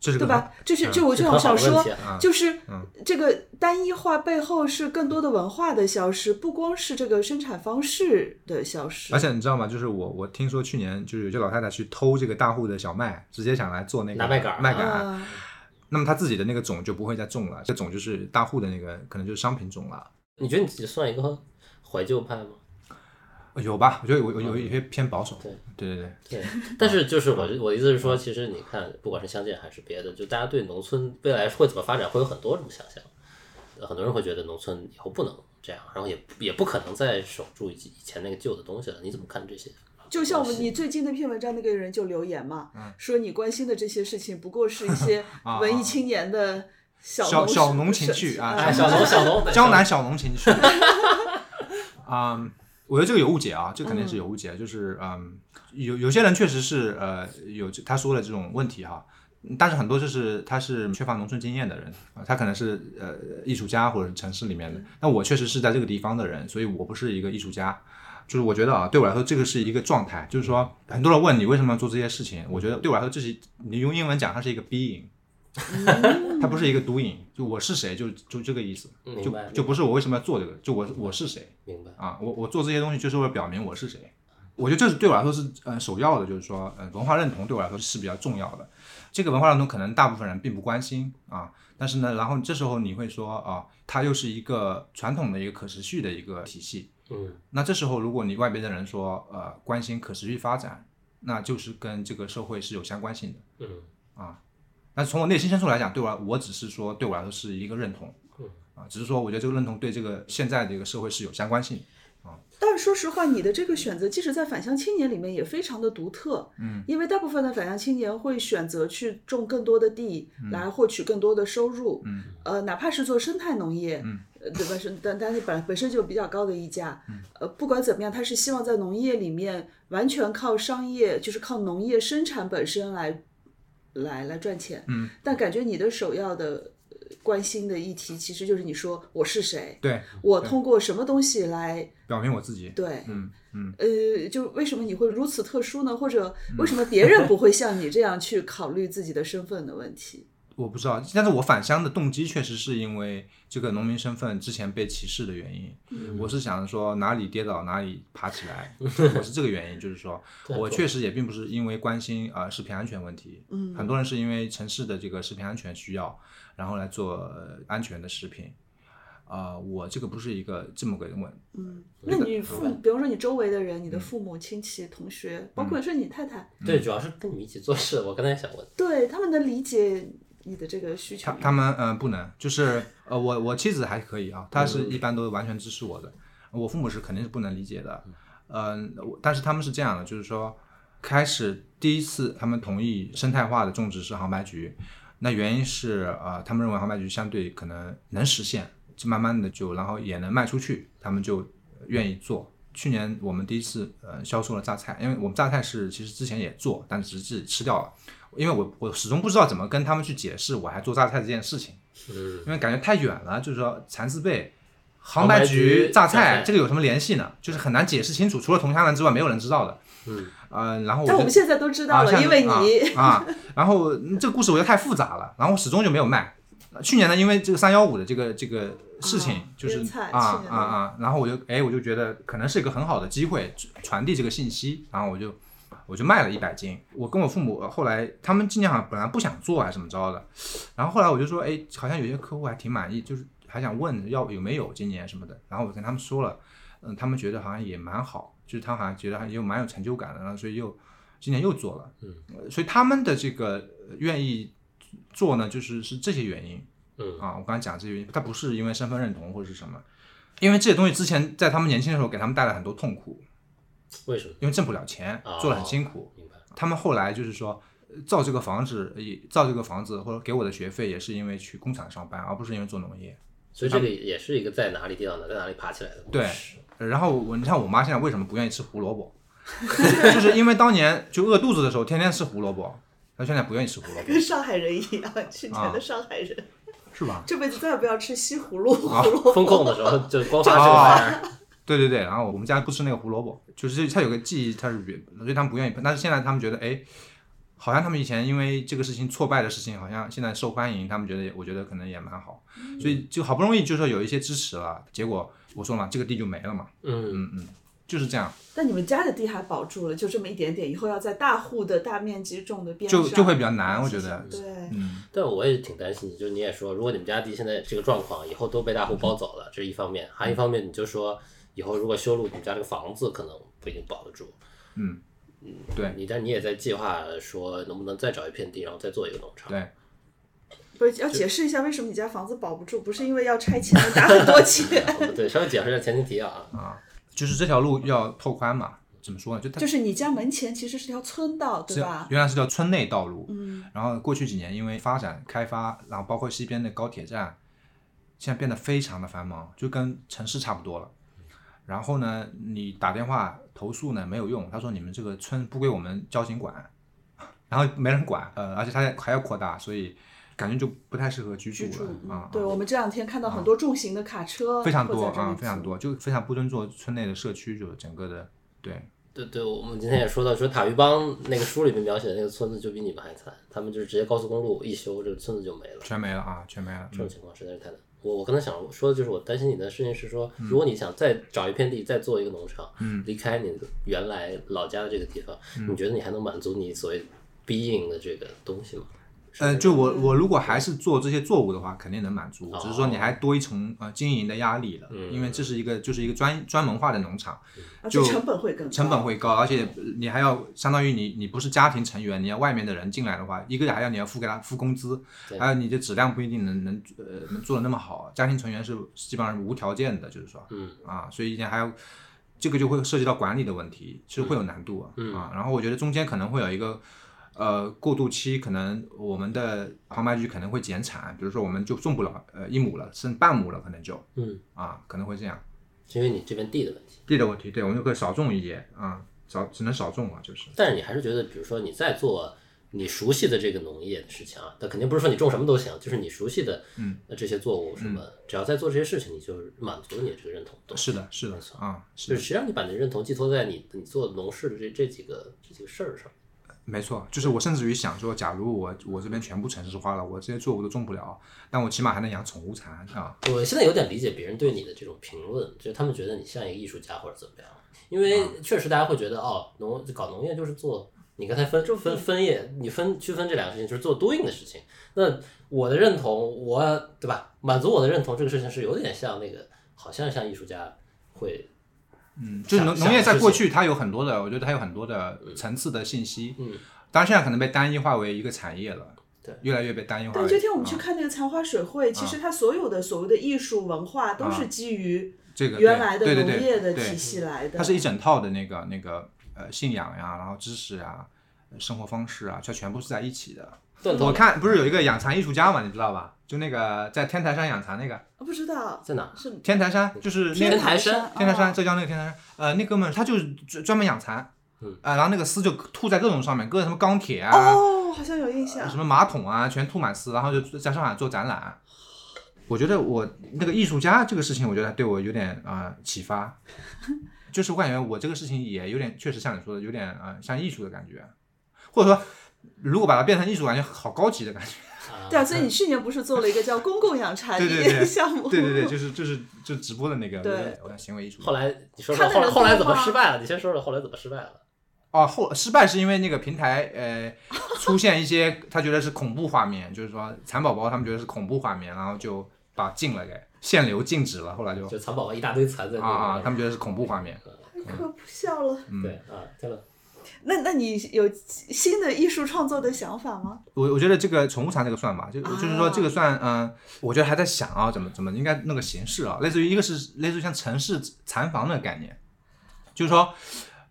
S4: 这是个
S3: 对吧？这是
S4: 嗯
S3: 这我就
S2: 这很
S3: 想
S2: 好
S3: 想
S2: 的问
S3: 说
S2: 题，啊，
S3: 就是
S4: 嗯
S3: 这个单一化背后是更多的文化的消失，不光是这个生产方式的消失，
S4: 而且你知道吗？就是我我听说去年就是有些老太太去偷这个大户的小麦，直接想来做那个
S2: 拿麦秆儿
S4: 麦秆儿，
S3: 啊，
S4: 那么她自己的那个种就不会再种了，这种就是大户的那个可能就是商品种了。
S2: 你觉得你自己算一个怀旧派吗？
S4: 呃有吧？我觉得我有有有一些偏保守。
S2: 对
S4: 对 对
S2: 对，但是就是我我的意思是说，其实你看，不管是乡间还是别的，就大家对农村未来会怎么发展会有很多种想象。呃很多人会觉得农村以后不能这样，然后也也不可能再守住以及以前那个旧的东西了。你怎么看这些？
S3: 就像我们你最近那篇文章那个人就留言嘛，说你关心的这些事情不过是一些
S4: 嗯 啊
S3: 文艺青年的小
S4: 小
S3: 农
S4: 小农情趣啊
S2: 哎，小农小 农，
S4: 对，江南小农情 绪。啊、我觉得这个有误解啊，这肯定是有误解，就是嗯，有有些人确实是呃有这他说的这种问题哈。但是很多就是他是缺乏农村经验的人，啊他可能是呃艺术家或者城市里面的。那我确实是在这个地方的人，所以我不是一个艺术家。就是我觉得啊，对我来说这个是一个状态，就是说很多人问你为什么要做这些事情，我觉得对我来说这是你用英文讲它是一个 being，它 不是一个 doing，就我是谁就就这个意思，
S2: 嗯明
S4: 就
S2: 白
S4: 就不是我为什么要做这个，就我我是谁
S2: 明白。
S4: 啊，我我做这些东西就是为了表明我是谁，我觉得这是对我来说是呃首要的，就是说呃文化认同对我来说是比较重要的，这个文化认同可能大部分人并不关心啊，但是呢，然后这时候你会说啊，它又是一个传统的一个可持续的一个体系，
S2: 嗯，
S4: 那这时候，如果你外边的人说，呃，关心可持续发展，那就是跟这个社会是有相关性的。
S2: 嗯
S4: 啊，但是从我内心深处来讲，对我来我只是说，对我来说是一个认同
S2: 嗯。
S4: 啊，只是说，我觉得这个认同对这个现在这个社会是有相关性的。
S3: 但是说实话，你的这个选择，即使在返乡青年里面也非常的独特，
S4: 嗯，
S3: 因为大部分的返乡青年会选择去种更多的地来获取更多的收入，
S4: 嗯，
S3: 呃，哪怕是做生态农业，
S4: 嗯
S3: 呃，对吧？是，但但是本本身就有比较高的溢价，呃，不管怎么样，他是希望在农业里面完全靠商业，就是靠农业生产本身来来来赚钱，
S4: 嗯，
S3: 但感觉你的首要的。呃关心的议题其实就是你说我是谁，
S4: 对，
S3: 我通过什么东西来
S4: 表明我自己。
S3: 对，
S4: 嗯嗯，
S3: 呃，就为什么你会如此特殊呢？或者为什么别人不会像你这样去考虑自己的身份的问题？
S4: 我不知道，但是我返乡的动机确实是因为这个农民身份之前被歧视的原因。我是想说哪里跌倒哪里爬起来，我是这个原因，就是说我确实也并不是因为关心啊、呃食品安全问题，
S3: 嗯
S4: 很多人是因为城市的这个食品安全需要，然后来做呃安全的食品。啊、我这个不是一个这么个问，
S3: 嗯，那你父，比方说你周围的人，你
S4: 嗯
S3: 的父母、亲戚、同学，包括是你太太，
S2: 对，主要是跟你们一起做事。我刚才也想问，
S3: 对他们能理解你的这个需求
S4: 他
S3: 吗。
S4: 他们嗯、呃不能， 就是呃我我妻子还可以啊，她是一般都完全支持我的，我父母是肯定是不能理解的，嗯、我但是他们是这样的，就是说开始第一次他们同意生态化的种植是航拍菊，那原因是呃他们认为航拍菊相对可能能实现，就慢慢的就然后也能卖出去，他们就愿意做。去年我们第一次呃销售了榨菜，因为我们榨菜是其实之前也做，但只是自己吃掉了。因为我我始终不知道怎么跟他们去解释我还做榨菜这件事情，
S2: 嗯，
S4: 因为感觉太远了，就是说蚕丝被、
S2: 杭
S4: 杭
S2: 白
S4: 白
S2: 菊
S4: 菊、榨
S2: 榨菜
S4: 菜这个有什么联系呢？就是很难解释清楚，除了同乡人之外，没有人知道的。
S2: 嗯，
S4: 呃，然后我
S3: 但
S4: 就
S3: 我们现在都知道
S4: 啊像
S3: 了，因为你
S4: 啊啊然后嗯这个故事我觉得太复杂了，然后始终就没有卖。呃去年呢，因为这个三幺五的这个这个事情
S3: 啊，
S4: 就是
S3: 腌菜去
S4: 啊
S3: 年
S4: 啊啊，然后我就哎，我就觉得可能是一个很好的机会传递这个信息，然后我就我就卖了一百斤。我跟我父母呃后来他们今年好像本来不想做还啊是怎么着的，然后后来我就说，哎，好像有些客户还挺满意，就是还想问要有没有今年什么的。然后我跟他们说了，嗯，他们觉得好像也蛮好，就是他好像觉得也有蛮有成就感的，然后所以又今年又做了。呃所以他们的这个呃愿意做呢，就是是这些原因。
S2: 嗯
S4: 啊，我刚才讲这些原因，它不是因为身份认同或者是什么，因为这些东西之前在他们年轻的时候给他们带来很多痛苦，
S2: 为什么？
S4: 因为挣不了钱
S2: 哦，
S4: 做的很辛苦。
S2: 明白。
S4: 他们后来就是说，呃造这个房子也造这个房子或者给我的学费也是因为去工厂上班，而不是因为做农业。
S2: 所以这个也是一个在哪里跌倒的，在哪里爬起来的故
S4: 对
S2: 事。
S4: 呃然后我你看我妈现在为什么不愿意吃胡萝卜， 就是因为当年就饿肚子的时候天天吃胡萝卜，她现在不愿意吃胡萝卜
S3: 跟，上海人一样，去年
S4: 啊
S3: 的上海人
S4: 是吧？
S3: 这辈子再也不要吃西葫芦。
S4: 啊，
S2: 风控的时候就光发这个玩意 儿。
S4: 对对对，然后我们家不吃那个胡萝卜，就是它有个记忆，它是所以他们不愿意碰。但是现在他们觉得，哎，好像他们以前因为这个事情挫败的事情，好像现在受欢迎，他们觉得也我觉得可能也蛮好，所以就好不容易就说有一些支持了，结果我说嘛，这个地就没了嘛，
S2: 嗯，
S4: 嗯嗯，就是这样，
S3: 但你们家的地还保住了，就这么一点点，以后要在大户的大面积种的边上，
S4: 就就会比较难，我觉得，
S3: 对，
S4: 嗯，
S2: 但我也挺担心，就是你也说，如果你们家地现在这个状况，以后都被大户包走了，这是一方面；还有一方面，你就说以后如果修路，你们家这个房子可能不一定保得住。
S4: 嗯，对
S2: 你，但你也在计划说，能不能再找一片地，然后再做一个农场？
S4: 对，
S3: 不是要解释一下为什么你家房子保不住，不是因为要拆迁打很多 钱，
S2: 我啊们对，稍微解释一下前情提要啊。
S4: 就是这条路要拓宽嘛，怎么说呢？就 它
S3: 就是你家门前其实是条村道，对
S4: 是
S3: 吧？
S4: 原来是叫村内道路，
S3: 嗯，
S4: 然后过去几年因为发展开发，然后包括西边的高铁站，现在变得非常的繁忙，就跟城市差不多了。然后呢，你打电话投诉呢没有用，他说你们这个村不归我们交警管， 然后没人管，呃，而且他还要扩大，所以感觉就不太适合居
S3: 居
S4: 住
S3: 住嗯
S4: 了，啊、
S3: 对
S4: 啊
S3: 我们这两天看到很多重型的卡车，
S4: 非常多
S3: 会在这
S4: 啊、
S3: 里
S4: 非常
S3: 住。
S4: 多，就非常不尊重村内的社区，就是整个的对。
S2: 对对，我们今天也说到，说塔鱼帮那个书里面描写的那个村子就比你们还惨，他们就是直接高速公路一修，这个村子就没了。
S4: 全没了啊，全没了。
S2: 这
S4: 嗯
S2: 种情况实在是太难。我我刚才想说的就是，我担心你的事情是说，如果你想再找一片地，再做一个农场，
S4: 嗯
S2: 离开你原来老家的这个地方，你觉得你还能满足你所谓 being 的这个东西吗？
S4: 呃，就我我如果还是做这些作物的话，肯定能满足，只是说你
S2: 哦
S4: 还多一层呃经营的压力了，
S2: 嗯
S4: 因为这是一个就是一个专专门化的农场，
S3: 而且
S4: 就
S3: 成本会更高
S4: 成本会高，而且你还要相当于你你不是家庭成员，你要外面的人进来的话，一个还要你要付给他付工资，
S2: 对
S4: 还有你的质量不一定能能呃能做的那么好，家庭成员是基本上是无条件的，就是说
S2: 嗯
S4: 啊，所以一点还有这个就会涉及到管理的问题，是会有难度啊、
S2: 嗯
S4: 啊。然后我觉得中间可能会有一个呃过渡期，可能我们的黄白菊可能会减产，比如说我们就种不了呃一亩了，剩半亩了，可能就
S2: 嗯，
S4: 啊可能会这样。
S2: 是因为你这边地的问题。
S4: 地的问题，对我们就可以少种一些啊，少只能少种啊，就是
S2: 但是你还是觉得，比如说你在做你熟悉的这个农业的事情啊，但肯定不是说你种什么都行，就是你熟悉的
S4: 嗯
S2: 呃这些作物什么，只要在做这些事情，你就是满足了你的这个认同度。
S4: 是的，是的
S2: 没错
S4: 啊，是
S2: 就
S4: 的
S2: 是，谁让你把你的认同寄托在你你做农事的这这几个这几个事儿上？
S4: 没错，就是我甚至于想说，假如我我这边全部城市化了，我这些作物都种不了，但我起码还能养宠物蚕啊，
S2: 我现在有点理解别人对你的这种评论，就是他们觉得你像一个艺术家或者怎么样，因
S4: 嗯
S2: 为确实大家会觉得哦，农搞农业就是做你刚才分分分业，你分区分这两个事情就是做 doing 的事情。那我的认同，我对吧？满足我的认同这个事情是有点像那个，好像像艺术家会
S4: 嗯，就是嗯农
S2: 想
S4: 农业在
S2: 想
S4: 过
S2: 事情
S4: 去它有很多的，我觉得它有很多的层次的信息，
S2: 嗯，
S4: 当然现在可能被单一化为一个产业了，
S2: 对
S4: 越来越被单一化
S3: 对，
S4: 为。
S3: 这天我们去
S4: 啊
S3: 看那个残花水会，其实它所有的所谓的艺术文化都是基于
S4: 这个
S3: 原来的
S4: 啊对对
S3: 农
S4: 对
S3: 业的
S4: 对
S3: 体系来的。
S4: 它是一整套的那个那个呃信仰呀，然后知识呀，呃生活方式啊，它全部是在一起的。
S2: 断头
S4: 我看不是有一个养蚕艺术家嘛，你知道吧？就那个在天台山养蚕那个
S3: 啊不知道
S2: 在哪？
S3: 是
S4: 天台山，就是那
S2: 天
S4: 个
S2: 台山，哦
S4: 天台山浙江那个天台山，呃，那哥们儿他就是专专门养蚕，
S2: 嗯
S4: 啊，然后那个丝就吐在各种上面，各种什么钢铁啊，
S3: 哦，好像有印象
S4: 什。么马桶啊，全吐满丝，然后就在上海做展览。我觉得我那个艺术家这个事情，我觉得对我有点啊、呃 启发，就是我感觉我这个事情也有点，确实像你说的，有点啊、呃像艺术的感觉，或者说如果把它变成艺术，感觉好高级的感觉。
S2: 啊
S3: 对啊，所以你去年不是做了一个叫公共 养蚕
S4: 嗯对对对
S3: 业项 目？
S4: 对对对，就是就是就直播的那个，
S3: 对
S4: 我觉得我想行为艺术。
S2: 后来你说说
S3: 看的
S2: 后
S3: 人
S2: 后来怎么
S3: 多吗
S2: 失败了？你先说说后来怎么失败了？
S4: 哦，后失败是因为那个平台呃出现一些他觉得是恐怖画面，就是说蚕宝宝他们觉得是恐怖画面，然后就把禁了给限流禁止了，后来就
S2: 就蚕宝宝一大堆蚕在那
S4: 啊啊，
S2: 个
S4: 他们觉得是恐怖画面。
S3: 快哎不笑了。
S4: 嗯
S2: 对啊，天呐，
S3: 那那你有新的艺术创作的想法吗？
S4: 我我觉得这个宠物蚕这个算吧，就
S3: 啊
S4: 就是说这个算，嗯、我觉得还在想啊，怎么怎么应该弄个形式啊，类似于一个是类似于像城市蚕房的概念，就是说，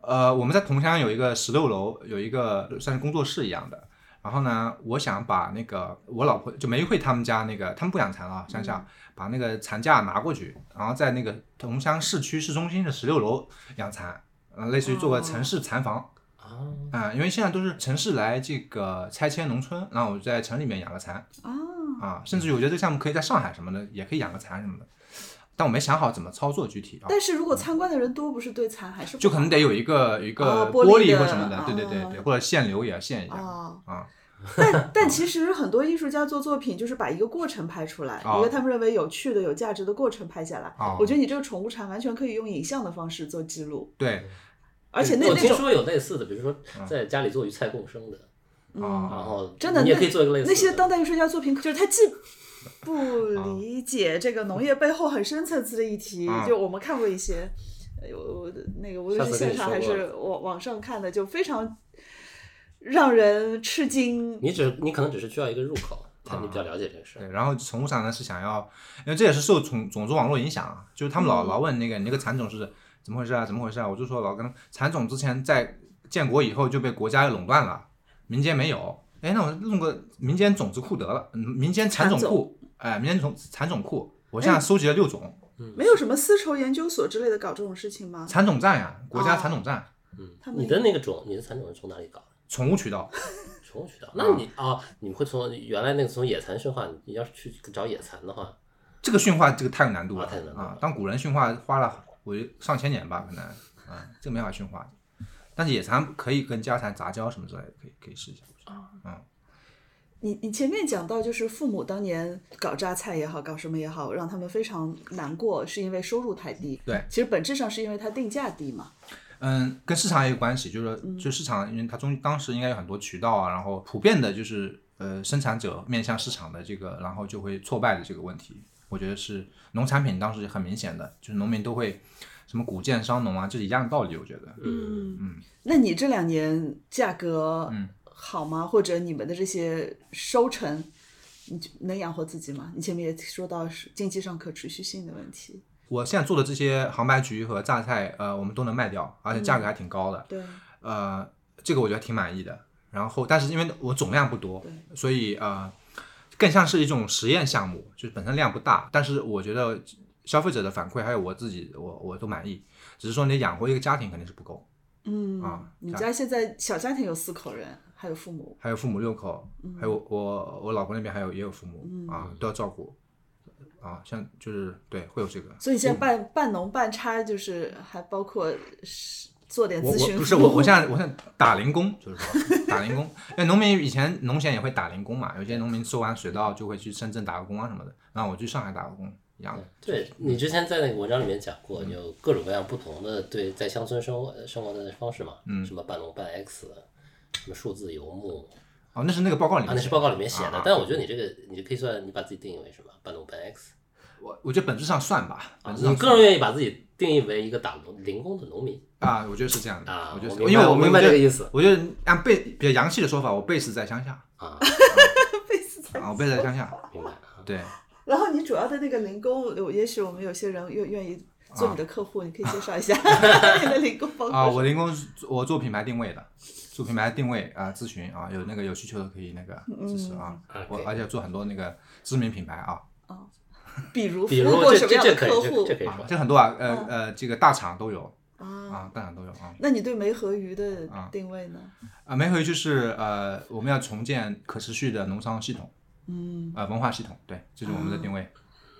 S4: 呃，我们在桐乡有一个十六楼有一个算是工作室一样的，然后呢，我想把那个我老婆就梅慧他们家那个他们不养蚕啊，乡下、把那个蚕架拿过去，然后在那个桐乡市区市中心的十六楼养蚕，嗯、类似于做个城市蚕房。
S2: 啊，
S4: 啊、因为现在都是城市来这个拆迁农村，然后我就在城里面养个蚕
S3: 啊，
S4: 啊，甚至我觉得这个项目可以在上海什么的也可以养个蚕什么的，但我没想好怎么操作具体啊。
S3: 但是如果参观的人多，不是对残还是不
S4: 就可能得有一个有一个
S3: 哦玻璃
S4: 璃
S3: 的
S4: 或什么的，
S3: 啊
S4: 对对对对，或者限流也要限一下
S3: 啊。
S4: 啊。
S3: 但但其实很多艺术家做作品就是把一个过程拍出来，
S4: 哦
S3: 一个他们认为有趣的、有价值的过程拍下来。
S4: 哦
S3: 我觉得你这个宠物禅完全可以用影像的方式做记录，
S4: 对
S3: 而且那
S2: 我
S3: 那
S2: 听
S3: 种
S2: 说有类似的，比如说在家里做鱼菜共生的，
S3: 嗯
S4: 啊，
S2: 然后
S3: 真的
S2: 你也
S3: 那
S2: 可以做一个类似的。
S3: 那些当代艺术家作品，就是他既不
S2: 啊
S3: 理解这个农业背后很深层次的议题，
S4: 啊
S3: 就我们看过一些，呃我我那个无论是现场还
S2: 上次跟你
S3: 是网网上看的，就非常让人吃惊。
S2: 你只你可能只是需要一个入口，看你比较了解这个事儿。
S4: 对，然后宠物厂呢是想要，因为这也是受种种子网络影响啊，就是他们老老问那个你那个蚕种是怎么回事啊，怎么回事啊？我就说老跟他们蚕种之前在建国以后就被国家垄断了，民间没有，哎，那我弄个民间种子库得了，嗯民间蚕种
S3: 蚕
S4: 库，哎，民间种蚕种库，我现在收集了六种
S2: 嗯
S3: 没有什么丝绸研究所之类的搞这种事情吗？
S4: 蚕种站呀、国家
S3: 哦
S4: 蚕种站，
S3: 他们
S2: 你的那个种，你的蚕种是从哪里搞的？
S4: 宠物渠道，
S2: 宠物渠道？那你哦，你们会从原来那个从野蚕驯化，你你要是去找野蚕的话，
S4: 这个驯化这个太有难度了
S2: 啊太有难度了
S4: 啊！当古人驯化花了我上千年吧，可能啊，这个没法驯化。但是野蚕可以跟家蚕杂交什么之类的，可以可以试一下。
S3: 你你前面讲到，就是父母当年搞榨菜也好，搞什么也好，让他们非常难过，是因为收入太低。
S4: 对
S3: 其实本质上是因为它定价低嘛。
S4: 嗯，跟市场也有关系，就是说就市场，因为它中当时应该有很多渠道啊，然后普遍的就是呃生产者面向市场的这个，然后就会挫败的这个问题，我觉得是农产品当时很明显的，就是农民都会什么谷贱伤农啊，这是一样的道理，我觉得。
S2: 嗯，
S3: 那你这两年价格好吗？或者你们的这些收成，你就能养活自己吗？你前面也说到是经济上可持续性的问题。
S4: 我现在做的这些杭白菊和榨菜，呃，我们都能卖掉，而且价格还挺高的。
S3: 对，
S4: 呃，这个我觉得挺满意的。然后，但是因为我总量不多，所以呃，更像是一种实验项目，就是本身量不大，但是我觉得消费者的反馈还有我自己，我我都满意。只是说你养活一个家庭肯定是不够，
S3: 嗯，
S4: 啊
S3: 你家现在小家庭有四口人，还有父母，
S4: 还有父母六口，还
S3: 嗯
S4: 有我我老婆那边还有也有父母、啊，都要照顾啊，像就是对会有这个。嗯
S3: 所以现在半、半农半差，就是还包括是做点
S4: 我
S3: 咨询
S4: 我不是
S3: 服务
S4: 我，我现在我现在打零工，就是说打零工。因为农民以前农闲也会打零工嘛，有些农民收完水稻就会去深圳打个工啊什么的。然后我去上海打个工一样的。
S2: 嗯对你之前在那个文章里面讲过，有各种各样不同的对在乡村生活生活的方式嘛，嗯，什么半农半 X，什么啊数字游牧
S4: 哦，那是那个报告里
S2: 啊，
S4: 面写的，
S2: 那是报告里面写
S4: 啊
S2: 的。但我觉得你这个，你可以算你把自己定义为什么半农半 X
S4: 我我觉得本质上算吧，
S2: 啊
S4: 本，质
S2: 你
S4: 上
S2: 更
S4: 算
S2: 愿意把自己定义为一个打农零工的农民
S4: 啊，我觉得是这样的
S2: 啊
S4: 我觉得
S2: 我
S4: 是，
S2: 明白
S4: 因为
S2: 我明白
S4: 觉
S2: 这
S4: 得
S2: 个意思
S4: 我觉得按贝比较洋气的说法，我贝斯在乡下
S2: 啊，
S4: 啊，我贝斯在乡下，
S2: 明白啊？
S4: 对。
S3: 然后你主要的那个零工，有也许我们有些人愿愿意做你的客户，你可以介绍一下 你的零工包括
S4: 啊，我零工是我做品牌定位的，做品牌定位啊、咨询啊，有那个有需求的可以那个支持啊。
S2: 嗯
S4: 我
S2: OK
S4: 而且做很多那个知名品牌啊，
S3: 比如服
S2: 比如
S3: 务过
S2: 这
S3: 什么
S2: 这
S3: 样的
S2: 这可以
S3: 客
S2: 这
S3: 户
S2: 这可以
S4: 啊
S2: 说，
S4: 这很多啊，
S3: 嗯
S4: 呃呃，这个大厂都有
S3: 啊？
S4: 啊，大厂都有啊。
S3: 那你对梅和鱼的
S4: 啊
S3: 定位呢？
S4: 啊，梅回就是呃，我们要重建可持续的农商系统，
S3: 嗯，
S4: 呃，文化系统，对，这是我们的定位，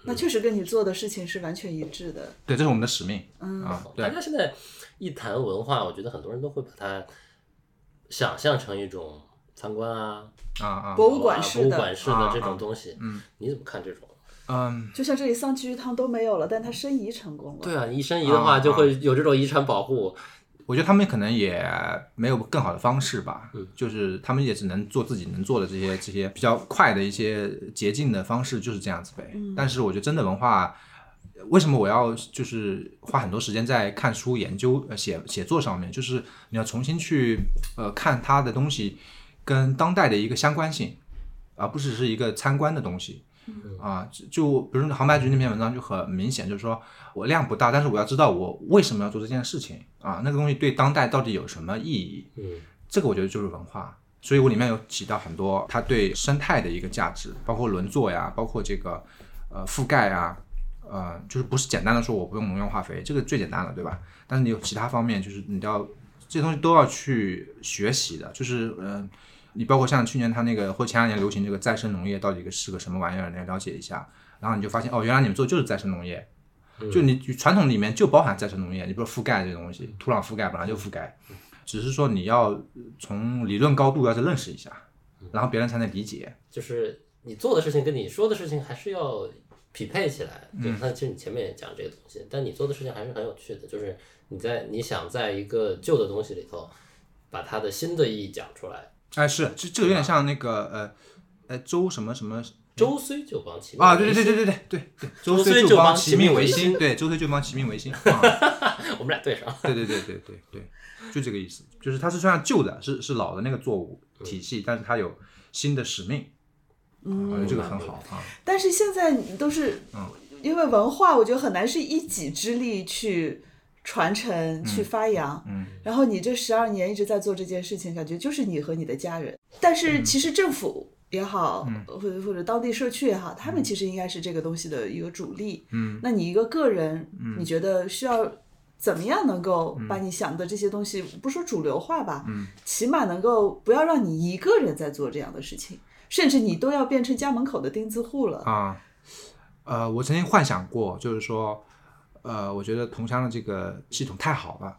S3: 那确实跟你做的事情是完全一致的。
S4: 对，这是我们的使命
S3: 嗯
S4: 啊，
S2: 大
S4: 对，
S2: 家现在一谈文化，我觉得很多人都会把它想象成一种参观啊、
S4: 啊啊，
S3: 博物馆
S2: 啊
S3: 式
S2: 博物
S3: 的
S2: 馆式的
S4: 啊
S2: 这
S4: 啊
S2: 种东西。
S4: 嗯，
S2: 你怎么看这种？
S4: 嗯，
S3: 就像这里桑菊鱼汤都没有了，但它申遗成功了。
S2: 对啊，一申遗的
S4: 啊
S2: 话
S4: 啊
S2: 就会有这种遗产保护。
S4: 我觉得他们可能也没有更好的方式吧，
S2: 嗯
S4: 就是他们也只能做自己能做的这些这些比较快的一些捷径的方式，就是这样子呗。但是我觉得真的文化，为什么我要就是花很多时间在看书、研究、呃写写作上面？就是你要重新去呃看它的东西跟当代的一个相关性，而不只是一个参观的东西。啊，就就比如说航白局那篇文章就很明显，就是说我量不大，但是我要知道我为什么要做这件事情啊，那个东西对当代到底有什么意义？
S2: 嗯，
S4: 这个我觉得就是文化。所以我里面有提到很多它对生态的一个价值，包括轮作呀，包括这个呃覆盖啊，呃，就是不是简单的说我不用农药化肥，这个最简单了，对吧？但是你有其他方面，就是你都要这些东西都要去学习的，就是嗯、呃你包括像去年他那个或前两年流行这个再生农业到底是个什么玩意儿，你要了解一下。然后你就发现哦，原来你们做的就是再生农业，
S2: 嗯
S4: 就你传统里面就包含再生农业，你比如覆盖这东西，土壤覆盖本来就覆盖，只是说你要从理论高度要去认识一下，
S2: 嗯
S4: 然后别人才能理解。
S2: 就是你做的事情跟你说的事情还是要匹配起来。
S4: 嗯
S2: 就他其实你前面也讲这个东西，但你做的事情还是很有趣的，就是你在你想在一个旧的东西里头，把它的新的意义讲出来。
S4: 哎，是这这有点像那个呃呃周什么什么
S2: 啊周虽久帮其
S4: 嗯啊，对
S2: 对
S4: 对对对对对对，
S2: 周
S4: 虽
S2: 虽
S4: 就
S2: 就
S4: 帮
S2: 帮
S4: 其
S2: 其
S4: 命
S2: 命
S4: 为
S2: 为
S4: 新，
S2: 新
S4: 对，周虽就帮其命为新。啊
S2: 对，我们俩对上。
S4: 对对对对对对，就这个意思，就是它是虽然旧的，是是老的那个作物体系，但是它有新的使命，我觉得这个很好啊。
S3: 但是现在你都是，
S4: 嗯
S3: 因为文化，我觉得很难是一己之力去传承、去发扬。
S4: 嗯，
S3: 然后你这十二年一直在做这件事情，感觉就是你和你的家人。但
S4: 嗯
S3: 是其实政府也好，或者或者当地社区也好，他们其实应该是这个东西的一个主力。
S4: 嗯，
S3: 那你一个个人，你觉得需要怎么样能够
S4: 嗯
S3: 把你想的这些东西，不说主流化吧，嗯，起码能够不要让你一个人在做这样的事情，甚至你都要变成家门口的钉子户了。
S4: 啊，呃，我曾经幻想过，就是说，呃，我觉得同乡的这个系统太好了，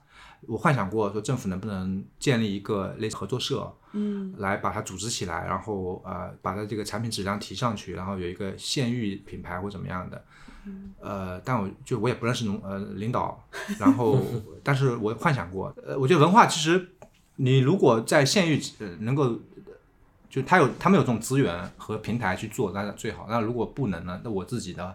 S4: 我幻想过说政府能不能建立一个类似合作社，嗯，来把它组织起来，然后呃，把它这个产品质量提上去，然后有一个县域品牌或怎么样的。呃，但我就我也不认识农呃领导，然后但是我幻想过，呃，我觉得文化其实你如果在县域呃能够就他有他们有这种资源和平台去做，那最好。那如果不能呢？那我自己的，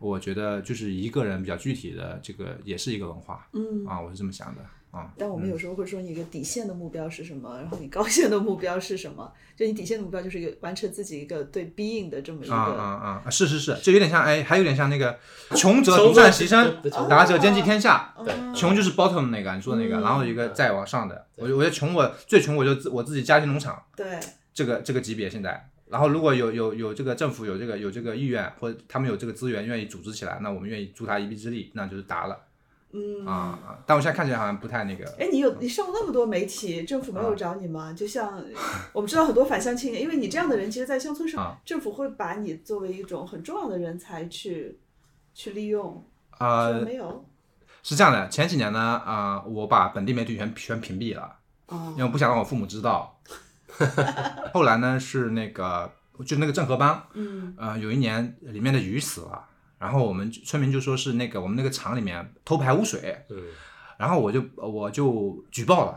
S4: 我觉得就是一个人比较具体的这个也是一个文化，嗯啊，我是这么想的啊。
S3: 但我们有时候会说，你一个底线的目标是什么，然后你高线的目标是什么？就你底线的目标就是一个完成自己一个对 being 的这么一个。
S4: 啊啊啊！是是是，就有点像哎，还有点像那个穷则
S2: 穷
S4: 独善
S2: 则
S4: 其身
S2: 对穷，
S4: 达则兼济天下。
S3: 哦
S2: 对，
S4: 穷就是 bottom 那个你说的那
S3: 嗯
S4: 个，然后一个再往上的。我就我觉得穷我最穷我就自我自己家庭农场
S3: 对，
S4: 这个这个级别现在。然后如果有有有这个政府有这个有这个意愿或者他们有这个资源愿意组织起来，那我们愿意助他一臂之力，那就是达了。
S3: 嗯。
S4: 啊、啊！但我现在看起来好像不太那个。
S3: 哎，你有你上过那么多媒体，政府没
S4: 啊
S3: 有找你吗？就像我们知道很多返乡青年，因为你这样的人，其实，在乡村上
S4: 啊，
S3: 政府会把你作为一种很重要的人才去去利用。是
S4: 呃，
S3: 没有
S4: 是这样的，前几年呢，啊、我把本地媒体全全屏蔽了，
S3: 啊
S4: 因为我不想让我父母知道。 后来呢，是那个就那个郑和帮，
S3: 嗯
S4: 呃，有一年里面的鱼死了，然后我们就村民就说是那个我们那个厂里面偷排污水，
S2: 嗯，
S4: 然后我就我就举报了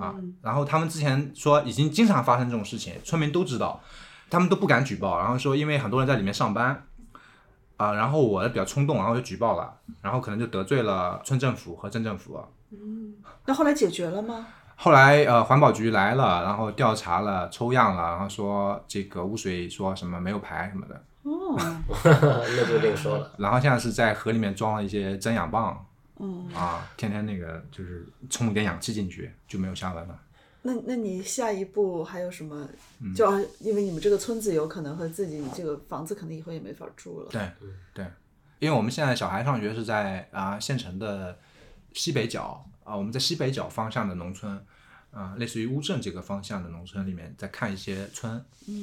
S4: 啊，
S3: 嗯
S4: 然后他们之前说已经经常发生这种事情，村民都知道，他们都不敢举报，然后说因为很多人在里面上班啊，然后我比较冲动，然后就举报了，然后可能就得罪了村政府和镇政府。
S3: 嗯那后来解决了吗？
S4: 后来呃，环保局来了，然后调查了、抽样了，然后说这个污水说什么没有排什么的，
S3: 哦，
S2: 那就另说了。
S4: 然后现在是在河里面装了一些增氧棒
S3: 嗯，
S4: 啊，天天那个就是充一点氧气进去就没有下文了。
S3: 那那你下一步还有什么？
S4: 嗯
S3: 就啊因为你们这个村子有可能和自己这个房子可能以后也没法住了。
S4: 对对，因为我们现在小孩上学是在啊、县城的西北角啊、我们在西北角方向的农村啊、类似于乌镇这个方向的农村里面，在看一些村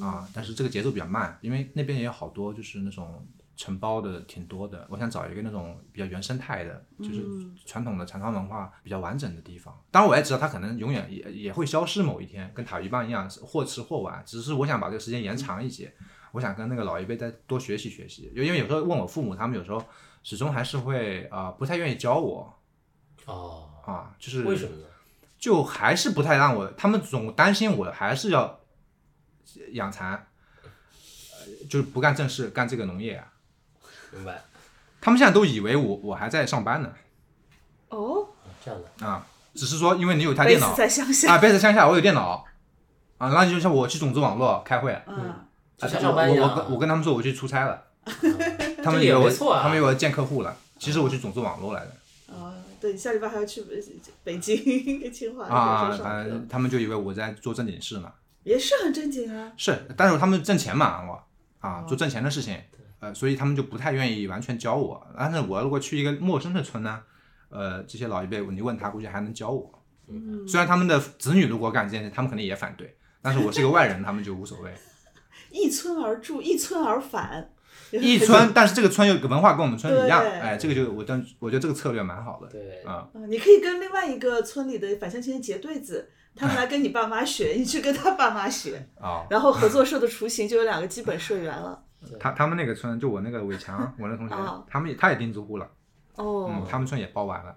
S4: 啊、但是这个节奏比较慢，因为那边也有好多就是那种承包的挺多的，我想找一个那种比较原生态的，就是传统的产商文化比较完整的地方。当然，我也知道它可能永远也也会消失某一天，跟塔鱼棒一样，或迟或晚，只是我想把这个时间延长一些。我想跟那个老一辈再多学习学习，因为有时候问我父母，他们有时候始终还是会啊、呃不太愿意教我
S2: 哦，
S4: 啊，就是
S2: 为什么呢？
S4: 就还是不太让我，他们总担心我还是要养蚕，呃就是不干正事，干这个农业、啊。
S2: 明白，
S4: 他们现在都以为我我还在上班呢
S3: 哦，
S2: 这样的。
S4: 啊，只是说因为你有一台
S3: 贝
S4: 电
S3: 斯
S4: 脑
S3: 在乡
S4: 啊，
S3: 下，
S4: 贝斯乡下我有电脑啊，然后就像我去种子网络开会，
S3: 嗯，
S2: 就像
S4: 啊
S2: 上班一
S4: 我
S2: 样
S4: 我
S2: 啊
S4: 跟我跟他们说我去出 差了，他们
S2: 这也
S4: 以为我
S2: 没错啊
S4: 他们以为我见客户了，其实我去种子网络来的。
S3: 啊，对，下礼拜还要去北北京跟清华
S4: 啊，
S3: 学生
S4: 反
S3: 上
S4: 正
S3: 课，
S4: 他们就以为我在做正经事嘛。
S3: 也是很正经啊。
S4: 是，但是他们挣钱嘛，我啊做挣钱的事情，呃，所以他们就不太愿意完全教我。但是我如果去一个陌生的村呢，呃，这些老一辈你问他，估计还能教我。虽然他们的子女如果干这件事，他们肯定也反对，但是我是个外人，他们就无所谓。
S3: 一村而住，一村而返，
S4: 一村，但是这个村有个文化跟我们村一样，
S3: 对
S4: 哎，这个就我当我觉得这个策略蛮好的，
S2: 对
S4: 啊、
S3: 嗯你可以跟另外一个村里的返乡青年结对子，他们来跟你爸妈学， 你去跟他爸妈学，
S4: 啊、
S3: 然后合作社的雏形就有两个基本社员了。
S4: 他他们那个村就我那个伟强，我那同学
S3: 哦，
S4: 他们也他也钉子户了，嗯
S3: 哦，，
S4: 他们村也包完了，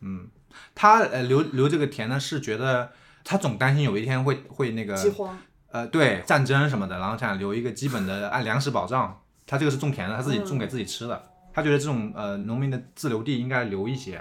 S4: 嗯，他呃留留这个田呢是觉得他总担心有一天会会那个
S3: 饥荒，
S4: 呃，对战争什么的，然后想留一个基本的按粮食保障。他这个是种田的，他自己
S2: 嗯
S4: 种给自己吃的。他觉得这种呃农民的自留地应该留一些，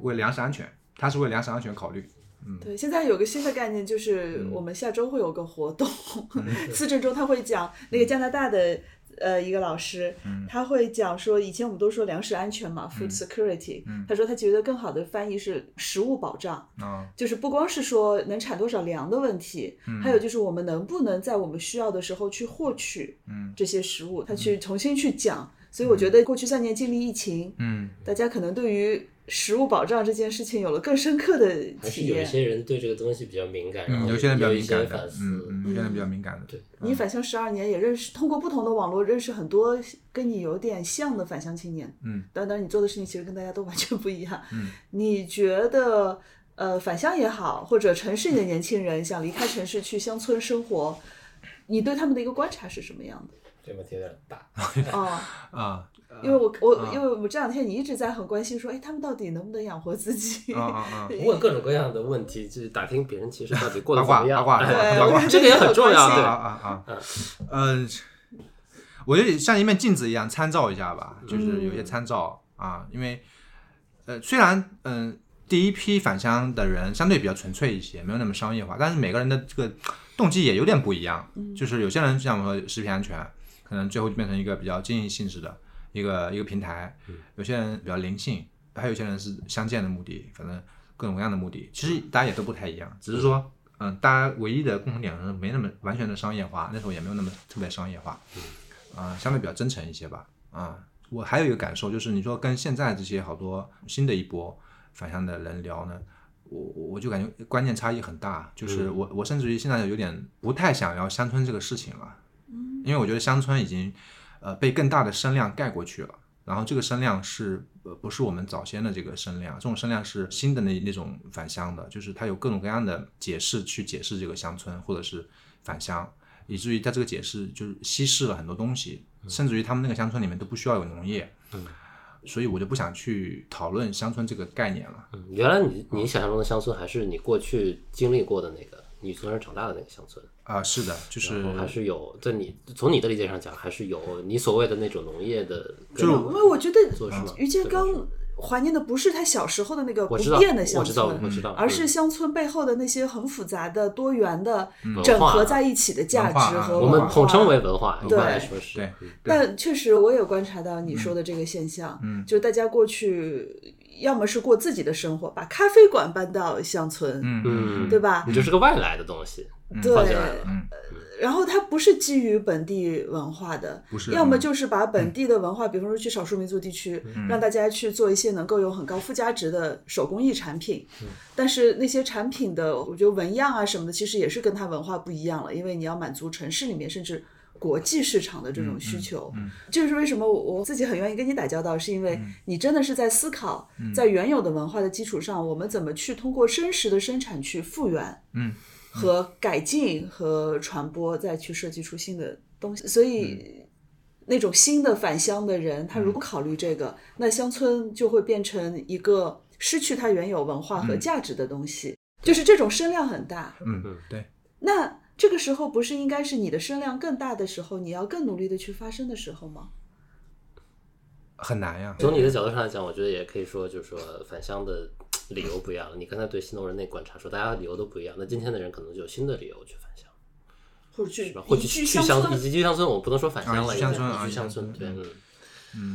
S4: 为粮食安全，他是为粮食安全考虑。
S2: 嗯
S3: 对，现在有个新的概念，就是我们下周会有个活动，
S2: 嗯
S3: 四正中他会讲那个加拿大的呃一个老师，
S2: 嗯
S3: 他会讲说，以前我们都说粮食安全嘛，food security，他
S2: 嗯
S3: 说他觉得更好的翻译是食物保障。
S4: 啊、
S3: 就是不光是说能产多少粮的问题，
S2: 嗯
S3: 还有就是我们能不能在我们需要的时候去获取
S4: 嗯
S3: 这些食物，他
S2: 嗯
S3: 去重新去讲。所以我觉得过去三年经历疫情，
S4: 嗯，
S3: 大家可能对于食物保障这件事情有了更深刻的
S2: 还是
S3: 体
S2: 有一
S3: 验。
S2: 些人对这个东西比较敏感，然后
S4: 嗯有些人比较
S2: 哎一
S4: 敏感
S2: 反
S4: 的，
S2: 思。
S4: 嗯嗯，有些人比较敏感的，
S2: 对
S3: 你返乡十二年，也认识通过不同的网络认识很多跟你有点像的返乡青年。
S4: 嗯，
S3: 当然你做的事情其实跟大家都完全不一样。嗯，你觉得呃返乡也好，或者城市里的年轻人想离开城市去乡村生活，你对他们的一个观察是什么样 的？
S2: 这问题有点大。
S3: 哦，
S4: 啊
S3: 因为我
S2: 呃
S3: 我因为我这两天你一直在很关心说，哎，他们到底能不能养活自己？
S4: 啊啊 啊！
S2: 问各种各样的问题，就是打听别人其实到 底过得怎
S4: 八卦
S2: 么样，
S4: 八卦
S2: 哎
S4: 八卦
S2: 这个也很重要，
S3: 对
S4: 啊
S2: 对吧？
S4: 啊啊！嗯，我觉得像一面镜子一样参照一下吧，就是有些参照啊，因为呃，虽然嗯、第一批返乡的人相对比较纯粹一些，没有那么商业化，但是每个人的这个动机也有点不一样。就是有些人像我们说食品安全，可能最后就变成一个比较经营性质的一个一个平台；有些人比较灵性，还有一些人是相见的目的，反正各种各样的目的。其实大家也都不太一样，只是说。嗯，大家唯一的共同点是没那么完全的商业化，那时候也没有那么特别商业化，啊、相对比较真诚一些吧。啊、我还有一个感受就是，你说跟现在这些好多新的一波返乡的人聊呢，我我我就感觉观念差异很大，就是我我甚至于现在有点不太想聊乡村这个事情了，因为我觉得乡村已经呃被更大的声量盖过去了。然后这个声量是呃不是我们早先的这个声量？这种声量是新的那那种返乡的，就是它有各种各样的解释去解释这个乡村或者是返乡，以至于它这个解释就是稀释了很多东西，甚至于他们那个乡村里面都不需要有农业。所以我就不想去讨论乡村这个概念了。
S2: 嗯，原来你你想象中的乡村，还是你过去经历过的那个，你从小长大的那个乡村，
S4: 啊、是的，就是
S2: 然后还是有，在你从你的理解上讲，还是有你所谓的那种农业的，
S4: 就是
S3: 因为我觉得
S2: 做什么
S3: 于建刚怀念的不是他小时候的那个不变的乡
S2: 我知道，
S3: 村，
S2: 我知道，
S3: 而是
S2: 嗯
S3: 乡村背后的那些很复杂的、多元的、
S2: 化啊
S3: 整合在一起的价值和
S2: 我
S3: 文化啊
S2: 们统称为文化，一
S3: 对
S2: 般来说是
S4: 对
S2: 嗯
S3: 但确实，我也观察到你说的这个现象，嗯，就大家过去要么是过自己的生活，把咖啡馆搬到乡村，
S4: 嗯
S2: 嗯，
S3: 对吧
S2: 你这是个外来的东西，
S3: 对
S2: 放进来了，
S4: 嗯
S3: 然后它不是基于本地文化的，
S4: 不是嗯
S3: 要么就是把本地的文化，比方说去少数民族地区，让大家去做一些能够有很高附加值的手工艺产品。
S4: 嗯
S3: 但是那些产品的，我觉得纹样啊什么的，其实也是跟它文化不一样了，因为你要满足城市里面甚至。国际市场的这
S4: 嗯
S3: 种需求，这就是为什么我我自己很愿意跟你打交道，是因为你真的是在思考，在原有的文化的基础上，我们怎么去通过真实的生产去复原，和改进和传播，再去设计出新的东西。所以，那种新的返乡的人，他如果考虑这个，那乡村就会变成一个失去它原有文化和价值的东西，就是这种声量很大。
S4: 嗯，对，
S3: 那这个时候不是应该是你的声量更大的时候，你要更努力的去发声的时候吗？
S4: 很难呀。
S2: 从你的角度上来讲，我觉得也可以说，就是说返乡的理由不一样了。你刚才对新农人那观察说，大家的理由都不一样，那今天的人可能就有新的理由去返乡，
S3: 或者去
S2: 是吧？或者
S3: 移
S2: 去去
S3: 居乡
S2: 乡
S3: 村
S2: 以及去乡村，我不能说返乡
S4: 啊
S2: 了，
S4: 移
S2: 已经
S4: 居乡村
S2: 移
S4: 啊
S2: 居乡
S4: 移居
S2: 村，
S4: 乡
S2: 对，
S4: 村
S2: 嗯，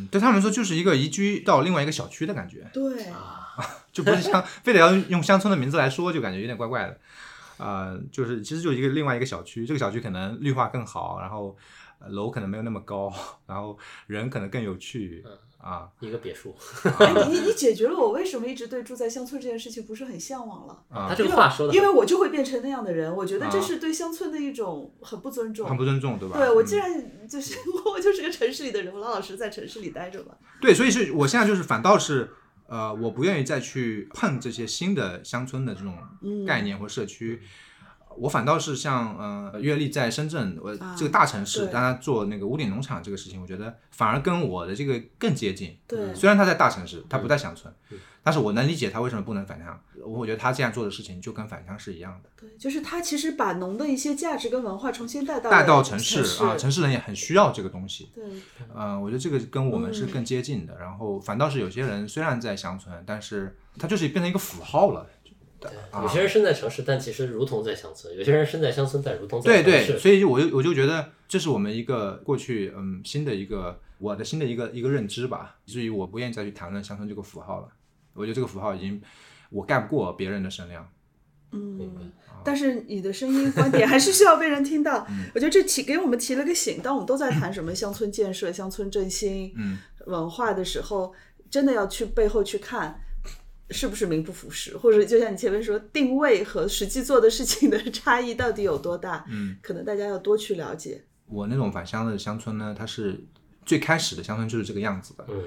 S4: 嗯，对他们来说就是一个移居到另外一个小区的感觉。
S3: 对，
S4: 啊就不是乡，非得要用乡村的名字来说，就感觉有点怪啊怪的。呃，就是其实就一个另外一个小区，这个小区可能绿化更好，然后呃楼可能没有那么高，然后人可能更有趣
S2: 嗯
S4: 啊。
S2: 一个别墅。
S3: 哎，你你解决了我为什么一直对住在乡村这件事情不是很向往了。
S4: 啊
S2: 他这个话说的，
S3: 因为我就会变成那样的人，我觉得这
S4: 啊
S3: 是对乡村的一种很不尊重。
S4: 很不尊重，对吧？
S3: 对我
S4: 嗯
S3: 既然就是 我就是个城市里的人，我老老实实在城市里待着吧。
S4: 对，所以是我现在就是反倒是，呃，我不愿意再去碰这些新的乡村的这种
S3: 嗯
S4: 概念或社区。我反倒是像呃，阅历在深圳，我
S3: 啊
S4: 这个大城市，
S3: 对
S4: 大家做那个屋顶农场这个事情，我觉得反而跟我的这个更接近。
S3: 对，
S4: 虽然他在大城市，他不在乡村
S2: 嗯，
S4: 但是我能理解他为什么不能返乡。我觉得他这样做的事情就跟返乡是一样的，
S3: 对，就是他其实把农的一些价值跟文化重新带到
S4: 带到
S3: 呃城
S4: 城市啊，城市人也很需要这个东西。
S3: 对，
S4: 呃，我觉得这个跟我们是
S3: 嗯
S4: 更接近的。然后反倒是有些人虽然在乡村，但是他就是变成一个符号了。
S2: 有些人身在城市，但其实如同在乡村；有些人身在乡村，但如同在
S4: 对
S2: 城市。
S4: 对，所以我就我就觉得这是我们一个过去嗯新的一个我的新的一个一个认知吧，以至于我不愿意再去谈论乡村这个符号了。我觉得这个符号已经我盖不过别人的声量。
S2: 明白
S3: 嗯。但是你的声音观点还是需要被人听到。
S4: 嗯
S3: 我觉得这提给我们提了个醒，当我们都在谈什么乡村建设、乡村振兴、
S4: 嗯
S3: 文化的时候，真的要去背后去看。是不是名不符实，或者就像你前面说，定位和实际做的事情的差异到底有多大？
S4: 嗯，
S3: 可能大家要多去了解。
S4: 我那种返乡的乡村呢，它是最开始的乡村就是这个样子的，
S2: 嗯，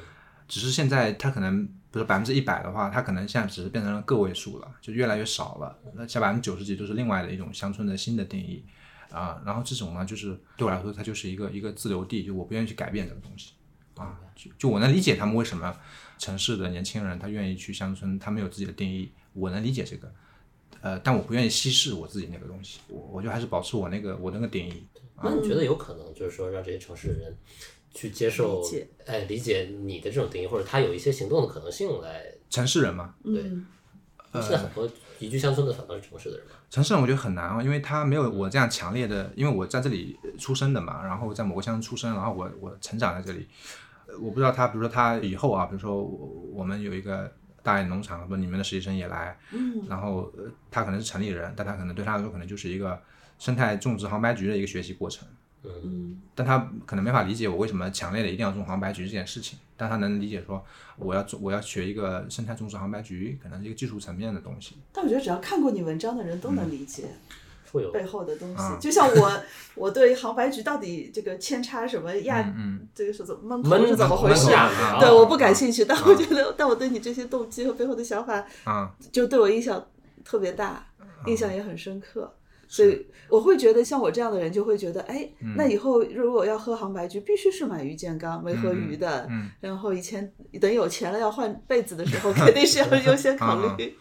S4: 只是现在它可能比如百分之一百的话，它可能现在只是变成了个位数了，就越来越少了。那像百分之九十几就是另外的一种乡村的新的定义啊、然后这种呢，就是对我来说，它就是一个一个自留地，就我不愿意去改变这个东西啊。就就我能理解他们为什么城市的年轻人他愿意去乡村，他们有自己的定义，我能理解这个。呃，但我不愿意稀释我自己那个东西，我我就还是保持我那个我那个定义。
S2: 那你觉得有可能就是说让这些城市的人去接受，
S3: 理解
S2: 哎，理解你的这种定义，或者他有一些行动的可能性来？
S4: 城市人嘛，
S2: 对，
S3: 嗯
S4: 呃
S2: 现在很多移居乡村的反倒是城市的人嘛。
S4: 城市人我觉得很难啊，因为他没有我这样强烈的，因为我在这里出生的嘛，然后在某个乡村出生，然后我我成长在这里，呃我不知道他，比如说他以后啊，比如说我我们有一个大连农场，说你们的实习生也来，
S3: 嗯，
S4: 然后呃他可能是城里人，但他可能对他来说可能就是一个生态种植杭白菊的一个学习过程，
S2: 嗯，
S4: 但他可能没法理解我为什么强烈的一定要种杭白菊这件事情，但他能理解说我要种我要学一个生态种植杭白菊，可能是一个技术层面的东西，
S3: 但我觉得只要看过你文章的人都能理解。
S2: 会有
S3: 背后的东西。
S4: 啊
S3: 就像我， 我对杭白菊到底这个扦插什么亚，
S4: 嗯
S3: 这个是怎么
S2: 闷
S3: 头是怎么
S2: 头
S3: 回事？
S2: 下啊
S3: 对，我不感兴趣，但
S4: 啊
S3: 我觉得，但我对你这些动机和背后的想法，
S4: 啊。
S3: 就对我印象特别大，印象也很深刻。所以我会觉得，像我这样的人就会觉得，哎，
S4: 嗯
S3: 那以后如果要喝杭白菊，必须是买鱼健康、没喝鱼的。
S4: 嗯
S3: 然后以前等有钱了要换被子的时候，肯定是要优先考
S4: 啊
S3: 虑。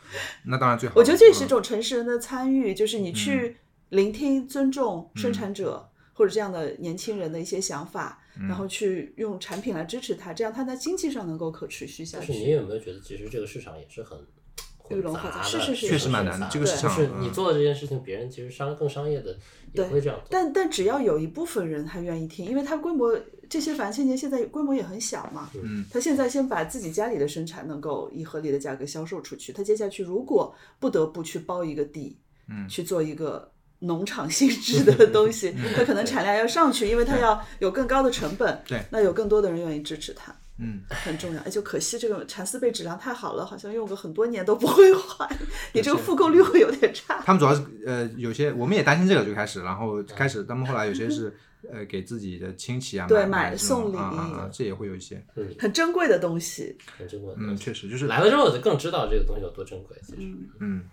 S4: 那当然最好。
S3: 我觉得这也是一
S4: 嗯
S3: 种城市人的参与，就是你去聆听、尊重生产者或者这样的年轻人的一些想法，然后去用产品来支持他，这样他在经济上能够可持续下
S2: 但是你
S3: 去。
S2: 有没有觉得，其实这个市场也是很
S3: 鱼龙
S2: 杂
S3: 混杂
S2: 的，
S3: 是是是
S4: 确实蛮难的这个
S3: 市
S4: 场
S2: 就是你
S4: 嗯
S2: 做的这件事情，别人其实商更商业的也
S3: 对
S2: 会这样做。
S3: 但但只要有一部分人他愿意听，因为他规模这些反青年现在规模也很小嘛，
S4: 嗯，
S3: 他现在先把自己家里的生产能够以合理的价格销售出去，他接下去如果不得不去包一个地，
S4: 嗯
S3: 去做一个农场性质的东西，他可能产量要上去，因为他要有更高的成本，
S4: 对
S3: 那有更多的人愿意支持他，
S4: 嗯，
S3: 很重要。哎，就可惜这个蚕丝被质量太好了，好像用个很多年都不会坏，你这个复购率会有点差。
S4: 他们主要是呃，有些我们也担心这个就开始，然后开始他们后来有 些是呃给自己的亲戚啊
S3: 对
S4: 买
S3: 买
S4: 这种
S3: 送礼
S4: 啊啊啊，这也会有一些，
S2: 嗯，
S3: 很珍贵的东西，
S2: 很珍贵的
S4: 嗯，
S2: 东西。
S4: 确实就是
S2: 来了之后，我就更知道这个东西有多珍贵。其实，
S4: 嗯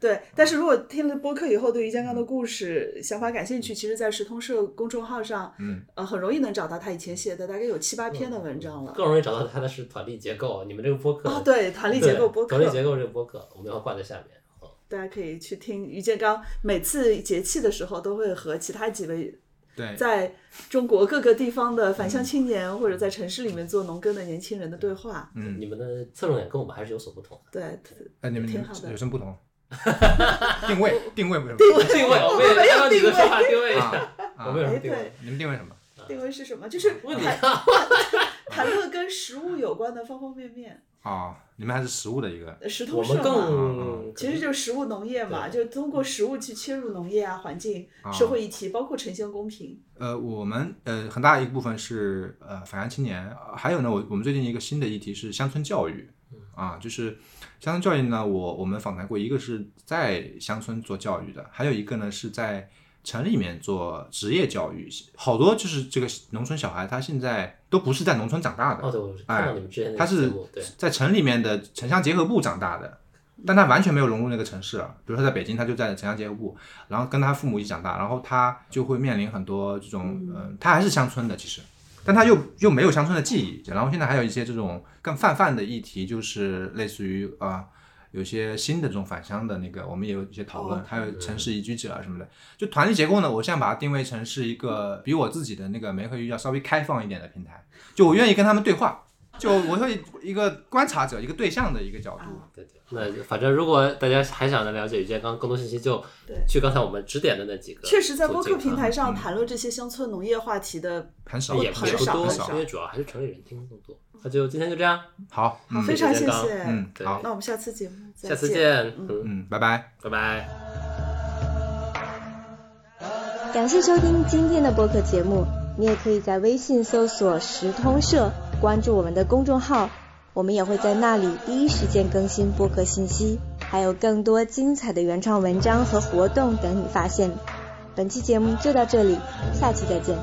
S3: 对。但是如果听了播客以后对于江刚的故事想法感兴趣，其实，在石通社公众号上，
S4: 嗯，
S3: 呃，很容易能找到他以前写的大概有七八篇的文章了。
S2: 更容易找到它的是团力结构。你们这个播客
S3: 啊，对，团力结构播客，
S2: 团力结构这个播客，我们要挂在下面。哦
S3: 大家可以去听于建刚每次节气的时候都会和其他几位
S4: 对
S3: 在中国各个地方的返乡青年或者在城市里面做农耕的年轻人的对话。
S2: 你
S4: 嗯，
S2: 们的侧重点跟我们还是有所不同的。
S3: 对，
S4: 哎你们你
S3: 挺
S4: 们
S3: 好的
S4: 有什么 不同？定位定位不同
S2: 定位，我们也按照你的说法定位一下。
S4: 啊
S2: 我们有什
S4: 啊，
S2: 么定位？
S3: 对
S4: 你们定位什么？
S3: 定位是什么？就是
S2: 问你
S3: 还
S2: 啊，
S3: 谈论跟食物有关的方方面面，
S4: 啊，你们还是食物的一个，
S3: 呃石
S2: 我
S3: 头社
S2: 们
S3: 嘛，
S4: 嗯
S2: 更
S3: 其实就是食物农业嘛，就通过食物去切入农业啊、环境、
S4: 啊
S3: 社会议题，包括城乡公平。
S4: 呃，我们呃很大一部分是呃返乡青年，呃还有呢，我我们最近一个新的议题是乡村教育，啊，就是乡村教育呢，我我们访谈过，一个是在乡村做教育的，还有一个呢是在城里面做职业教育，好多就是这个农村小孩他现在都不是在农村长大的，
S2: 哦，对，我看到你们之前那
S4: 他
S2: 个节
S4: 哎是
S2: 目，对，
S4: 在城里面的城乡结合部长大的，但他完全没有融入那个城市啊。比如说在北京，他就在城乡结合部，然后跟他父母一起长大，然后他就会面临很多这种，嗯、他还是乡村的其实，但他又又没有乡村的记忆。然后现在还有一些这种更泛泛的议题，就是类似于啊、有些新的这种返乡的那个，我们也有一些讨论，
S3: 哦
S4: 还有城市宜居者啊什么的。就团队结构呢，我现在把它定位成是一个比我自己的那个梅和鱼要稍微开放一点的平台，就我愿意跟他们对话，就我会一个观察者、一个对象的一个角度。
S2: 对对，那反正如果大家还想了解于健康更多信息，就
S3: 对
S2: 去刚才我们指点的那几个。
S3: 确实，在播
S2: 途径
S3: 客平
S2: 啊
S3: 台上
S4: 嗯
S3: 谈论这些乡村农业话题的，
S4: 很少，
S2: 也也
S3: 很
S2: 不
S3: 少
S2: 多嗯
S4: 很
S3: 很，少
S2: 因为主要还是城里人听更多。那就今天就这样，
S4: 好，嗯
S3: 非常谢
S2: 谢谢
S3: 谢。
S4: 嗯，
S2: 对
S4: 好，
S3: 那我们下次节目再
S2: 下次
S3: 见。
S2: 见，嗯，
S4: 嗯，拜拜。
S2: 拜拜。
S1: 感谢收听今天的播客节目，你也可以在微信搜索“时通社”，关注我们的公众号，我们也会在那里第一时间更新播客信息，还有更多精彩的原创文章和活动等你发现。本期节目就到这里，下期再见。